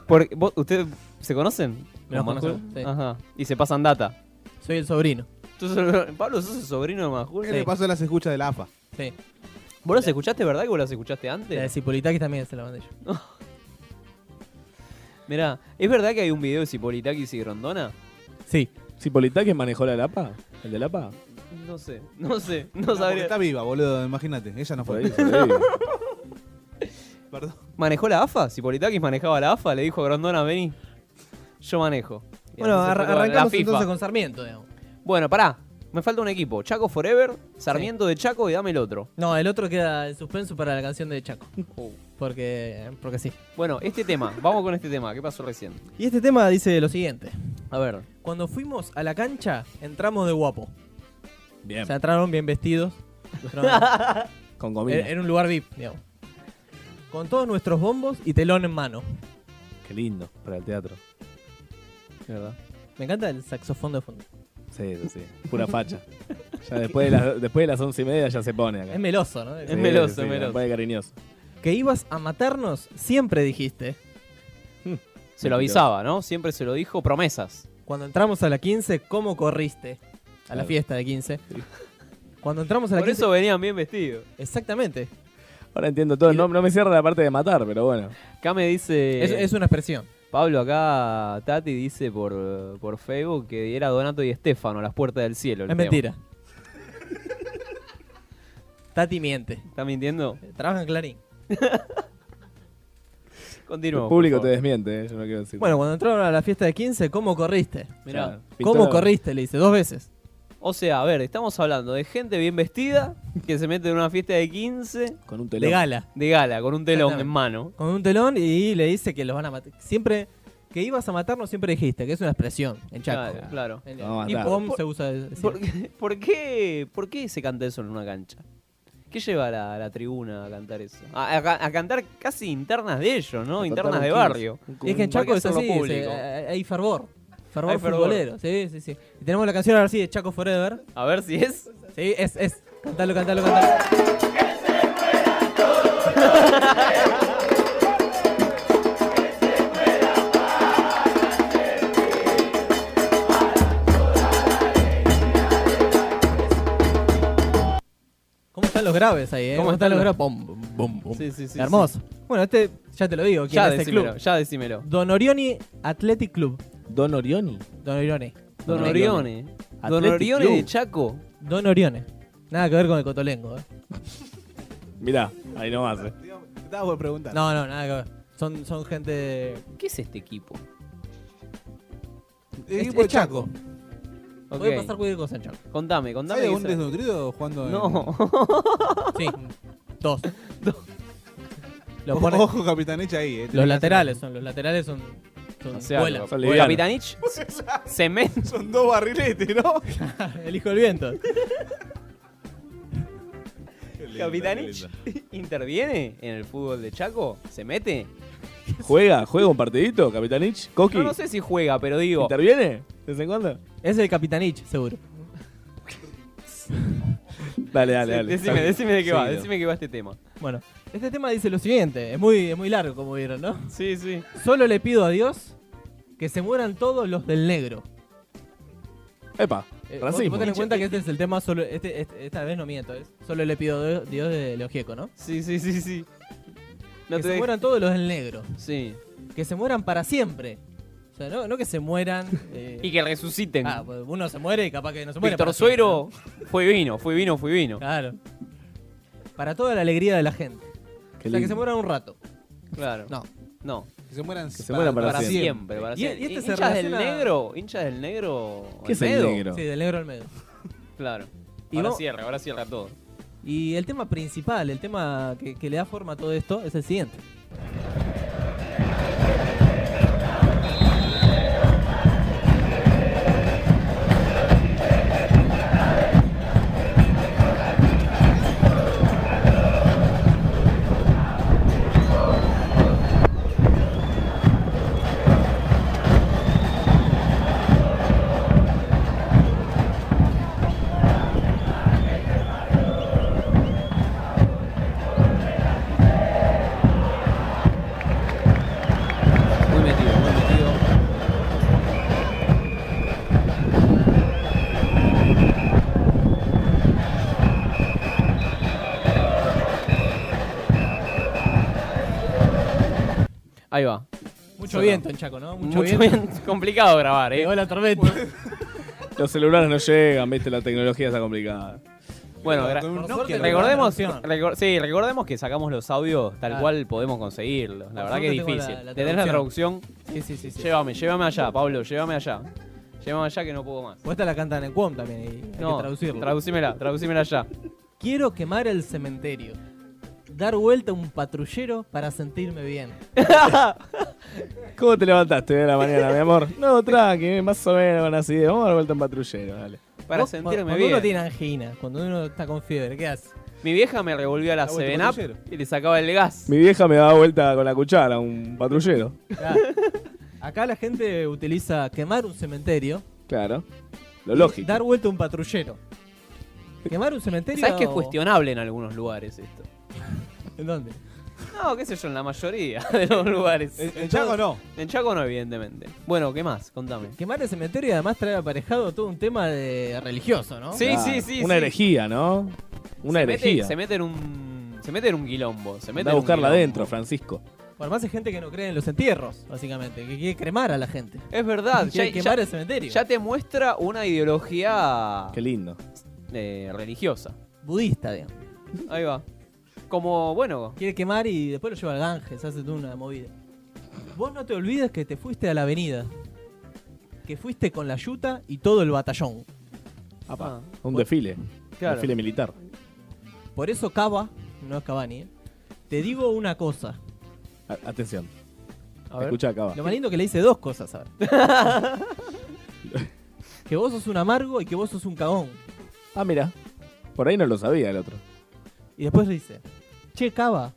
Speaker 8: Porque, vos- ¿Ustedes se conocen?
Speaker 3: Me los
Speaker 8: ¿Con Manjul?
Speaker 3: conozco, sí.
Speaker 8: Ajá. Y se pasan data.
Speaker 3: Soy el sobrino.
Speaker 8: Tú sos- Pablo, sos el sobrino de Majul.
Speaker 10: Él le pasó las escuchas de la AFA.
Speaker 3: Sí.
Speaker 8: ¿Vos las escuchaste, verdad? ¿Que vos las escuchaste
Speaker 3: La de
Speaker 8: antes?
Speaker 3: Cipolitakis también se la mandé yo.
Speaker 8: Mirá, ¿es verdad que hay un video de Cipolitakis y Grondona?
Speaker 3: Sí.
Speaker 9: ¿Cipolitakis manejó la Lapa? ¿El de Lapa?
Speaker 8: No sé, no sé, no,
Speaker 10: No, porque
Speaker 8: sabría.
Speaker 10: Está viva, boludo, imagínate. Ella no fue.
Speaker 9: Por ahí, por ahí.
Speaker 10: Perdón.
Speaker 8: ¿Manejó la AFA? Cipolitakis manejaba la AFA, le dijo a Grondona, vení, yo manejo. Y
Speaker 3: Bueno,
Speaker 8: entonces
Speaker 3: arra-
Speaker 8: fue con la
Speaker 3: arrancamos
Speaker 8: FIFA.
Speaker 3: entonces con Sarmiento, digamos.
Speaker 8: Bueno, pará, me falta un equipo. Chaco Forever, Sarmiento de Chaco y dame el otro.
Speaker 3: No, el otro queda en suspenso para la canción de Chaco.
Speaker 8: Uh.
Speaker 3: Porque, porque sí.
Speaker 8: Bueno, este tema, vamos con este tema, ¿qué pasó recién?
Speaker 3: Y este tema dice lo siguiente.
Speaker 8: A ver.
Speaker 3: Cuando fuimos a la cancha, entramos de guapo.
Speaker 9: Bien.
Speaker 3: O sea, entraron bien vestidos. Entraron-
Speaker 9: Con comida.
Speaker 3: En, en un lugar VIP, digamos. Con todos nuestros bombos y telón en mano.
Speaker 9: Qué lindo, para el teatro. ¿Verdad?
Speaker 3: Me encanta el saxofón de fondo.
Speaker 9: Sí, sí, sí. Pura facha. Ya después de, las, después de las once y media ya se pone acá.
Speaker 3: Es meloso, ¿no?
Speaker 9: Sí, sí, se pone cariñoso.
Speaker 3: Que ibas a matarnos, siempre dijiste.
Speaker 8: Se lo avisaba, ¿no? Siempre se lo dijo, promesas.
Speaker 3: Cuando entramos a la 15, ¿cómo corriste? A la
Speaker 8: Claro.
Speaker 3: fiesta de 15. Cuando entramos a la
Speaker 8: Por
Speaker 3: 15.
Speaker 8: eso venían bien vestidos.
Speaker 3: Exactamente.
Speaker 9: Ahora entiendo todo. No, no me cierra la parte de matar, pero bueno.
Speaker 8: Acá me dice.
Speaker 3: Es- es una expresión.
Speaker 8: Pablo, acá Tati dice por, por Facebook que era Donato y Estefano, las puertas del cielo. el
Speaker 3: Es
Speaker 8: tema.
Speaker 3: mentira. Tati miente.
Speaker 8: ¿Está mintiendo?
Speaker 3: Trabaja en Clarín.
Speaker 8: Continuo.
Speaker 9: el público te desmiente, ¿eh? yo no quiero decir.
Speaker 3: Bueno, cuando entraron a la fiesta de 15, ¿cómo corriste?
Speaker 8: Mirá.
Speaker 9: Claro.
Speaker 3: ¿Cómo
Speaker 8: Pintora-
Speaker 3: corriste? Le dice, dos veces.
Speaker 8: O sea, a ver, estamos hablando de gente bien vestida que se mete en una fiesta de 15.
Speaker 9: Con un
Speaker 3: telón. De gala.
Speaker 8: De gala, con un telón en
Speaker 3: Exactamente.
Speaker 8: mano.
Speaker 3: Con un telón y le dice que los van a matar. Siempre que ibas a matarnos, siempre dijiste, que es una expresión en Chaco.
Speaker 8: Claro, claro.
Speaker 3: El-
Speaker 9: Vamos a
Speaker 3: y
Speaker 9: matar.
Speaker 3: pom
Speaker 8: Por-
Speaker 3: se usa. de- sí.
Speaker 8: ¿Por, qué- por qué, ¿Por qué se canta eso en una cancha? ¿Qué lleva a la, a la tribuna a cantar eso? A, a ca- a cantar casi internas de ellos, ¿no?
Speaker 9: A
Speaker 8: internas
Speaker 9: cantar
Speaker 8: de
Speaker 9: un quince,
Speaker 8: barrio.
Speaker 9: un
Speaker 3: Y es que
Speaker 8: ¿Por qué
Speaker 3: en Chaco es
Speaker 8: hacerlo
Speaker 3: así, se-
Speaker 8: público?
Speaker 3: hay fervor. Fervor
Speaker 8: Hay fervor.
Speaker 3: futbolero, sí, sí, sí. Y tenemos la canción ahora sí de Chaco Forever.
Speaker 8: A ver si es.
Speaker 3: Sí, es, es. Cantalo, cantalo, cantalo. ¿Cómo están los graves ahí, eh?
Speaker 8: ¿Cómo están los-
Speaker 3: Pom, pom, pom, pom.
Speaker 8: Sí, sí, sí,
Speaker 3: Hermoso. Bueno, este ya te lo digo. ¿quién
Speaker 8: Ya
Speaker 3: es el
Speaker 8: decímelo,
Speaker 3: club?
Speaker 8: ya decímelo.
Speaker 3: Don Orioni Athletic Club.
Speaker 9: Don Orioni.
Speaker 3: Don Orione.
Speaker 8: Don Orione. Don
Speaker 3: Athletic
Speaker 8: Orione
Speaker 3: Club.
Speaker 8: de Chaco.
Speaker 3: Don Orione. Nada que ver con el Cotolengo, eh.
Speaker 9: Mirá, ahí nomás. eh.
Speaker 10: Estaba por preguntar.
Speaker 3: No, no, nada que ver. Son, son gente.
Speaker 8: ¿Qué es este equipo?
Speaker 10: El
Speaker 3: Es-
Speaker 10: equipo de
Speaker 3: es Chaco.
Speaker 10: Eh, Chaco.
Speaker 3: Puede
Speaker 8: Ok.
Speaker 3: pasar cualquier cosa en Chaco.
Speaker 8: Contame, contame.
Speaker 10: ¿Hay
Speaker 8: qué
Speaker 10: algún
Speaker 8: será.
Speaker 10: desnutrido jugando en-
Speaker 8: No.
Speaker 3: Sí. Dos. Lo pone-
Speaker 10: Ojo, capitán, echa ahí. eh.
Speaker 3: Los laterales son. Los laterales son. son
Speaker 8: O sea,
Speaker 3: vuelan.
Speaker 8: bueno, Capitanich, cemento.
Speaker 10: Son dos barriletes, ¿no?
Speaker 3: el hijo del viento.
Speaker 8: Capitanich interviene en el fútbol de Chaco, se mete.
Speaker 9: ¿Juega? ¿Juega un partidito, Capitanich? ¿Coqui?
Speaker 8: No, no sé si juega, pero digo.
Speaker 9: ¿Interviene? ¿De vez en cuando?
Speaker 3: Es el Capitanich, seguro.
Speaker 9: Dale, dale, dale.
Speaker 8: Decime,
Speaker 9: Dale.
Speaker 8: decime de qué va,
Speaker 9: Seguido.
Speaker 8: decime de qué va este tema.
Speaker 3: Bueno, este tema dice lo siguiente. Es muy, es muy largo, como vieron, ¿no?
Speaker 8: Sí, sí.
Speaker 3: Solo le pido a Dios que se mueran todos los del negro.
Speaker 9: Epa,
Speaker 3: Eh, vos-
Speaker 9: racismo.
Speaker 3: vos ten en cuenta que este es el tema solo. Este, este- esta vez no miento, es solo le pido a Dios de Leogieco, ¿no?
Speaker 8: Sí, sí, sí, sí. No
Speaker 3: que
Speaker 8: te
Speaker 3: se
Speaker 8: dej-
Speaker 3: mueran todos los del negro.
Speaker 8: Sí.
Speaker 3: Que se mueran para siempre. O sea, no, no que se mueran. eh,
Speaker 8: Y que resuciten.
Speaker 3: ah, pues uno se muere y capaz que no se muere.
Speaker 8: Víctor
Speaker 3: para siempre,
Speaker 8: Suero fue vino, fue vino, fue vino.
Speaker 3: Claro. Para toda la alegría de la gente. o sea, que
Speaker 8: lindo.
Speaker 3: se mueran un rato.
Speaker 8: Claro.
Speaker 3: No.
Speaker 8: No.
Speaker 10: Que se mueran,
Speaker 9: se mueran para siempre.
Speaker 8: para
Speaker 3: Y- y
Speaker 8: siempre.
Speaker 3: este se
Speaker 8: ¿Hinchas del
Speaker 3: relaciona-
Speaker 8: negro? ¿Hinchas del negro?
Speaker 9: ¿Qué es el
Speaker 8: Olmedo?
Speaker 9: negro?
Speaker 3: Sí, del negro al medio.
Speaker 8: Claro.
Speaker 3: Y
Speaker 8: ahora
Speaker 3: vamos-
Speaker 8: cierra, ahora cierra todo.
Speaker 3: Y el tema principal, el tema que, que le da forma a todo esto, es el siguiente.
Speaker 8: Ahí va.
Speaker 3: Mucho viento en Chaco, ¿no? Mucho
Speaker 8: Mucho,
Speaker 3: viento.
Speaker 8: viento. Complicado grabar, ¿eh?
Speaker 3: Pegó la tormenta.
Speaker 9: Los celulares no llegan, viste, la tecnología está complicada.
Speaker 8: Bueno,
Speaker 9: Con
Speaker 8: gra-
Speaker 9: un
Speaker 8: por
Speaker 9: Nokia
Speaker 8: suerte
Speaker 9: te
Speaker 8: recordemos,
Speaker 9: guarda la
Speaker 8: recor- sí, recordemos que sacamos los audios tal
Speaker 9: Claro.
Speaker 8: cual podemos conseguirlos. La verdad que es
Speaker 9: suerte tengo
Speaker 8: difícil.
Speaker 9: la- la
Speaker 8: ¿Tenés la traducción?
Speaker 3: Sí, sí, sí. sí.
Speaker 8: Llévame, llévame allá, Pablo, llévame allá. Llévame allá que no puedo más.
Speaker 3: Pues esta la cantan en Cuom también. Y hay
Speaker 8: No,
Speaker 3: que traducirla.
Speaker 8: traducímela, traducímela allá.
Speaker 3: Quiero quemar el cementerio. Dar vuelta a un patrullero para sentirme bien.
Speaker 9: ¿Cómo te levantaste de la mañana, mi amor? No, tranqui, más o menos con así. Vamos a dar vuelta en patrullero, dale.
Speaker 8: Para
Speaker 3: Vos,
Speaker 8: sentirme
Speaker 3: cuando
Speaker 8: bien.
Speaker 3: uno tiene angina, cuando uno está con fiebre, ¿qué hace?
Speaker 8: Mi vieja me revolvió a la
Speaker 3: Ah, bueno,
Speaker 8: 7 Up y le sacaba el gas.
Speaker 9: Mi vieja me daba vuelta con la cuchara, un patrullero.
Speaker 3: Acá la gente utiliza quemar un cementerio.
Speaker 9: Claro. Lo
Speaker 3: y
Speaker 9: lógico.
Speaker 3: Dar vuelta a un patrullero. Quemar un cementerio.
Speaker 8: ¿Sabes que es cuestionable en algunos lugares esto?
Speaker 3: ¿En dónde?
Speaker 8: No, qué sé yo, en la mayoría de los lugares.
Speaker 3: En- en Chaco no.
Speaker 8: En Chaco no, evidentemente. Bueno, ¿qué más? Contame.
Speaker 3: Quemar el cementerio y además trae aparejado todo un tema de religioso, ¿no?
Speaker 8: Sí,
Speaker 9: Claro.
Speaker 8: sí, sí.
Speaker 9: Ah, Una
Speaker 8: sí.
Speaker 9: herejía, ¿no? Una
Speaker 8: se
Speaker 9: herejía.
Speaker 8: Mete, se mete en un. Se mete en un quilombo. Se mete
Speaker 9: Andá a
Speaker 8: en un
Speaker 9: buscarla
Speaker 8: quilombo.
Speaker 9: adentro, Francisco.
Speaker 3: Por además hay gente que no cree en los entierros, básicamente, que quiere cremar a la gente.
Speaker 8: Es verdad,
Speaker 3: Que hay que quemar el cementerio.
Speaker 8: ya te muestra una ideología
Speaker 9: Qué lindo.
Speaker 8: eh, religiosa.
Speaker 3: Budista, digamos.
Speaker 8: Ahí va. Como, bueno.
Speaker 3: Quiere quemar y después lo lleva al Ganges, hace toda una movida. Vos no te olvides que te fuiste a la avenida. Que fuiste con la yuta y todo el batallón.
Speaker 8: Ah,
Speaker 9: Apa. Un desfile.
Speaker 3: Claro.
Speaker 9: Un desfile militar.
Speaker 3: Por eso Cava, no es Cavani, ¿eh? te digo una cosa.
Speaker 9: A- atención.
Speaker 3: A ver.
Speaker 9: Escucha acá.
Speaker 3: Lo más lindo que le hice dos cosas ahora. que vos sos un amargo y que vos sos un cagón.
Speaker 9: Ah, mira. Por ahí no lo sabía el otro.
Speaker 3: Y después le dice, che, Cava.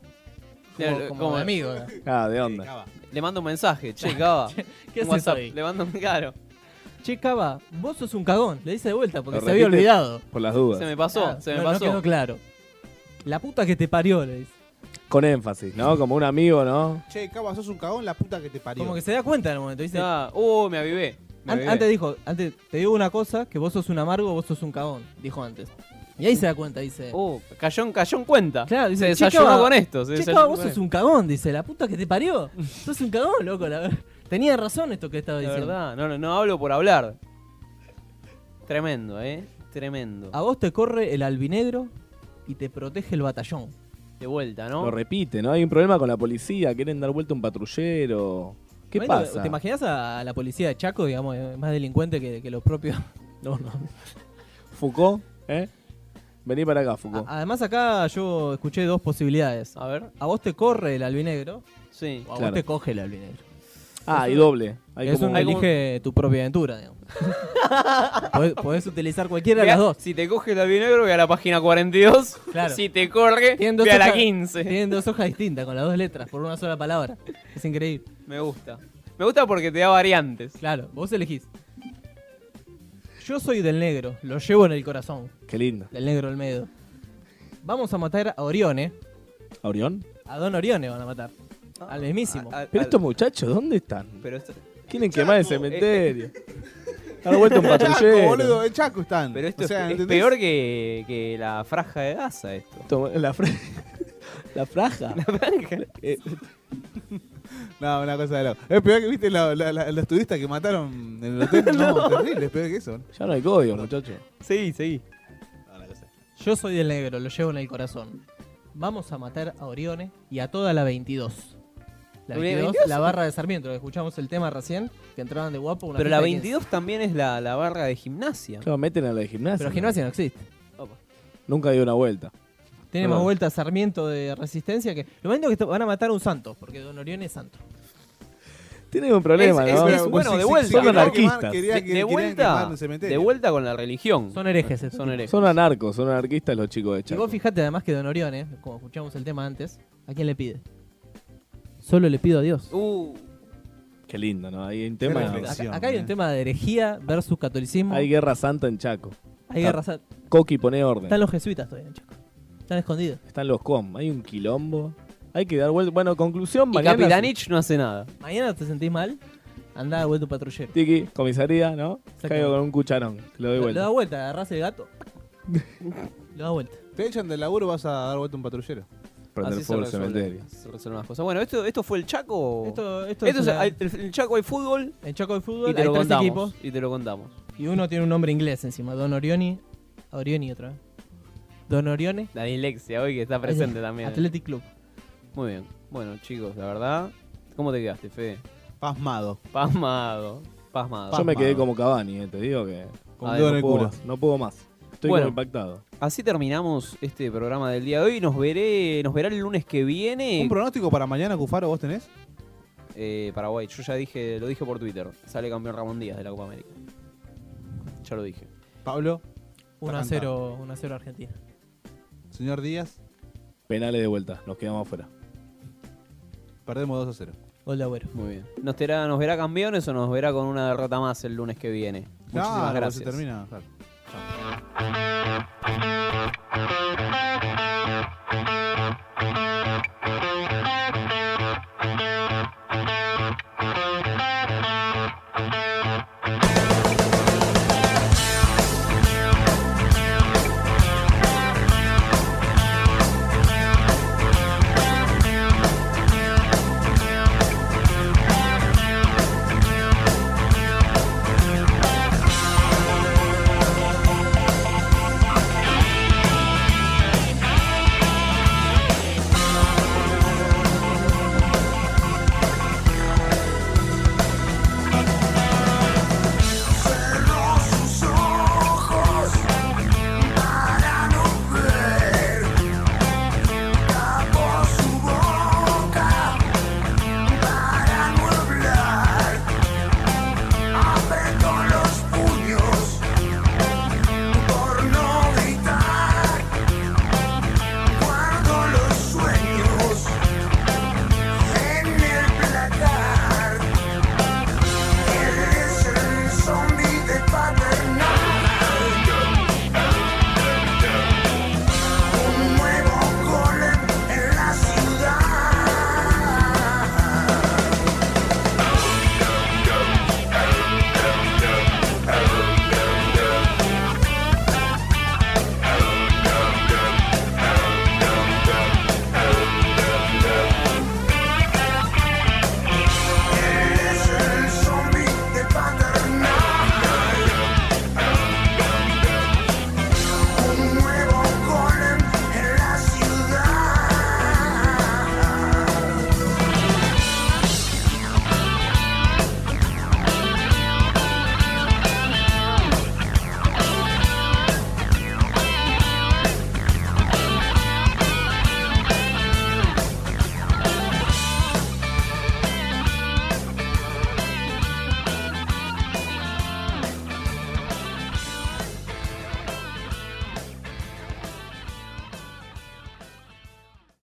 Speaker 3: Como,
Speaker 8: Claro,
Speaker 3: como
Speaker 8: como-
Speaker 3: de amigo. ¿no?
Speaker 9: Ah, de onda.
Speaker 8: Le mando un mensaje, che, Cava.
Speaker 3: ¿Qué
Speaker 8: Un
Speaker 3: haces
Speaker 8: WhatsApp.
Speaker 3: ahí?
Speaker 8: Le mando un caro.
Speaker 3: Che, Cava, vos sos un cagón. Le dice de vuelta porque
Speaker 9: Lo
Speaker 3: se había
Speaker 9: repite
Speaker 3: olvidado.
Speaker 9: por las dudas.
Speaker 8: Se me pasó,
Speaker 3: Claro,
Speaker 8: se me
Speaker 3: no-
Speaker 8: pasó.
Speaker 3: No quedó claro. La puta que te parió, le dice.
Speaker 9: Con énfasis, ¿no? Como un amigo, ¿no?
Speaker 10: Che, Cava, sos un cagón la puta que te parió.
Speaker 3: Como que se da cuenta en el momento. Dice,
Speaker 8: Ah, uh, me avivé. Me
Speaker 3: An-
Speaker 8: avivé.
Speaker 3: antes dijo, antes te digo una cosa, que vos sos un amargo, vos sos un cagón, dijo antes. Y ahí se da cuenta, dice.
Speaker 8: Uh, cayó, en- cayó en cuenta.
Speaker 3: Claro, dice,
Speaker 8: se
Speaker 3: "Che,
Speaker 8: desayunó
Speaker 3: Cava,
Speaker 8: con esto. Se
Speaker 3: "Che,
Speaker 8: desayunó
Speaker 3: Cava, vos
Speaker 8: con
Speaker 3: sos
Speaker 8: esto".
Speaker 3: un cagón, dice, la puta que te parió. sos un cagón, loco, la verdad. Tenía razón esto que estaba
Speaker 8: De
Speaker 3: diciendo.
Speaker 8: verdad, no, no, no hablo por hablar. Tremendo, ¿eh? Tremendo.
Speaker 3: A vos te corre el albinegro y te protege el batallón.
Speaker 8: De vuelta, ¿no?
Speaker 9: Lo repite, ¿no? Hay un problema con la policía, quieren dar vuelta un patrullero. ¿Qué
Speaker 3: Bueno,
Speaker 9: pasa?
Speaker 3: ¿Te imaginas a la policía de Chaco, digamos, eh, más delincuente que, que los propios? No, no.
Speaker 9: Foucault, ¿eh? Vení para acá, Foucault.
Speaker 3: Además acá yo escuché dos posibilidades.
Speaker 8: A ver.
Speaker 3: A vos te corre el albinegro.
Speaker 8: Sí.
Speaker 3: O a
Speaker 9: Claro.
Speaker 3: vos te coge el albinegro.
Speaker 9: Ah, y doble. Hay
Speaker 3: es
Speaker 9: como
Speaker 3: un
Speaker 9: un-
Speaker 3: elige tu propia aventura, digamos. podés, podés utilizar cualquiera de
Speaker 8: Ve a-
Speaker 3: las dos.
Speaker 8: Si te coge la vinegro, ve a la página 42.
Speaker 3: Claro.
Speaker 8: Si te corre,
Speaker 3: Tienen
Speaker 8: ve a la
Speaker 3: hojas-
Speaker 8: 15.
Speaker 3: Tienen dos hojas distintas, con las dos letras, por una sola palabra. Es increíble.
Speaker 8: Me gusta. Me gusta porque te da variantes.
Speaker 3: Claro, vos elegís. Yo soy del negro, lo llevo en el corazón.
Speaker 9: Qué lindo.
Speaker 3: Del negro al medio. Vamos a matar a Orione.
Speaker 9: ¿Orión?
Speaker 3: A Don Orione van a matar.
Speaker 8: Ah,
Speaker 3: Al mismísimo.
Speaker 9: Pero estos muchachos, ¿dónde están?
Speaker 8: Pero esto-
Speaker 9: Quieren quemar el cementerio.
Speaker 3: eh.
Speaker 9: Dar vuelta un
Speaker 10: Chaco,
Speaker 9: patrullero.
Speaker 10: boludo, en Chaco están.
Speaker 8: Pero esto
Speaker 10: O sea,
Speaker 8: es, es
Speaker 10: ¿entendés?
Speaker 8: peor que, que la franja de Gaza, esto.
Speaker 9: Esto, eh, La, fra- la franja.
Speaker 8: La franja.
Speaker 10: No, una cosa de loco. Es peor que viste la- la- la- los turistas que mataron en el hotel. No, terrible, es peor que eso.
Speaker 9: Ya no hay código, muchachos.
Speaker 8: Sí, sí. ah.
Speaker 3: Yo soy del negro, lo llevo en el corazón. Vamos a matar a Orione y a toda la 22. La
Speaker 8: ¿La
Speaker 3: 22,
Speaker 8: 22?
Speaker 3: la barra de Sarmiento, que escuchamos el tema recién, que entraban de guapo. Una
Speaker 8: Pero la
Speaker 3: fiesta de 15.
Speaker 8: 22 también es la, la barra de gimnasia.
Speaker 9: Claro, meten a la de gimnasia.
Speaker 3: Pero gimnasia no existe.
Speaker 9: Nunca dio una vuelta.
Speaker 3: Tiene
Speaker 9: Perdón.
Speaker 3: más vuelta Sarmiento de resistencia que. Lo más lindo es que te- van a matar a un santo, porque Don Orione es santo.
Speaker 9: Tiene un problema,
Speaker 8: Es-
Speaker 9: ¿no?
Speaker 8: es- bueno, de vuelta.
Speaker 9: Son anarquistas.
Speaker 8: De, de vuelta, de vuelta con la religión.
Speaker 3: Son herejes estos.
Speaker 8: Son herejes.
Speaker 9: Son anarcos, son anarquistas los chicos de
Speaker 3: Y
Speaker 9: Chaco.
Speaker 3: vos fijate además que Don Orione, como escuchamos el tema antes, ¿a quién le pide? Solo le pido a Dios.
Speaker 8: Uh,
Speaker 9: Qué lindo, ¿no? Hay un tema.
Speaker 3: Acá, acá hay un tema de herejía versus catolicismo.
Speaker 8: Mm.
Speaker 9: Hay guerra santa en Chaco.
Speaker 3: Hay guerra
Speaker 9: Ah,
Speaker 3: santa.
Speaker 9: Coqui pone orden.
Speaker 3: Están los jesuitas todavía, chicos. Están escondidos.
Speaker 9: Están los com. Hay un quilombo. Hay que dar vuelta. Bueno, conclusión.
Speaker 8: Y
Speaker 9: mañana-
Speaker 8: Capitanich no hace nada.
Speaker 3: Mañana te sentís mal, andá de vuelta un patrullero.
Speaker 9: Tiki, comisaría, ¿no? Caigo con un cucharón. Te lo
Speaker 3: Lo, lo da
Speaker 9: doy vuelta.
Speaker 3: vuelta, agarrás el gato. lo da vuelta.
Speaker 10: Te echan del laburo, vas a dar vuelta a un patrullero.
Speaker 9: prender
Speaker 8: Así se
Speaker 9: fuego el
Speaker 8: resuelven-
Speaker 9: cementerio.
Speaker 8: se resuelven las cosas. Bueno, ¿esto, ¿esto fue el Chaco?
Speaker 3: Esto, esto
Speaker 8: es
Speaker 3: es una-
Speaker 8: el, el Chaco Oh. hay fútbol.
Speaker 3: En Chaco hay fútbol,
Speaker 8: y te
Speaker 3: hay
Speaker 8: lo
Speaker 3: tres
Speaker 8: contamos,
Speaker 3: equipos.
Speaker 8: Y te lo contamos.
Speaker 3: Y uno tiene un nombre inglés encima, Don Orioni. Orioni otra vez. Don Orione.
Speaker 8: La dislexia hoy que está presente también.
Speaker 3: Athletic Club.
Speaker 8: Muy bien. Bueno, chicos, la verdad. ¿Cómo te quedaste, Fede?
Speaker 20: Pasmado.
Speaker 8: Pasmado. Pasmado.
Speaker 9: Yo me quedé como Cavani, eh, te digo que.
Speaker 8: Con
Speaker 9: Ah,
Speaker 8: dedo
Speaker 9: no
Speaker 8: en el
Speaker 9: puedo
Speaker 8: culo.
Speaker 9: más, no puedo más. Estoy
Speaker 8: Bueno.
Speaker 9: como impactado.
Speaker 8: Así terminamos este programa del día de hoy. Nos veré, nos verá el lunes que viene.
Speaker 10: ¿Un pronóstico para mañana, Cufaro, vos tenés?
Speaker 8: Eh, Paraguay, yo ya dije, lo dije por Twitter. Sale campeón Ramón Díaz de la Copa América. Ya lo dije.
Speaker 10: Pablo.
Speaker 3: 1 a 0, 1 a 0 Argentina.
Speaker 10: Señor Díaz.
Speaker 9: Penales de vuelta, nos quedamos afuera.
Speaker 10: Perdemos 2 a 0.
Speaker 3: Gol de Agüero.
Speaker 8: Muy bien. ¿Nos, terá- ¿Nos verá campeones o nos verá con una derrota más el lunes que viene? Muchísimas
Speaker 10: Claro,
Speaker 8: gracias.
Speaker 10: Se termina. claro.
Speaker 11: Thank you.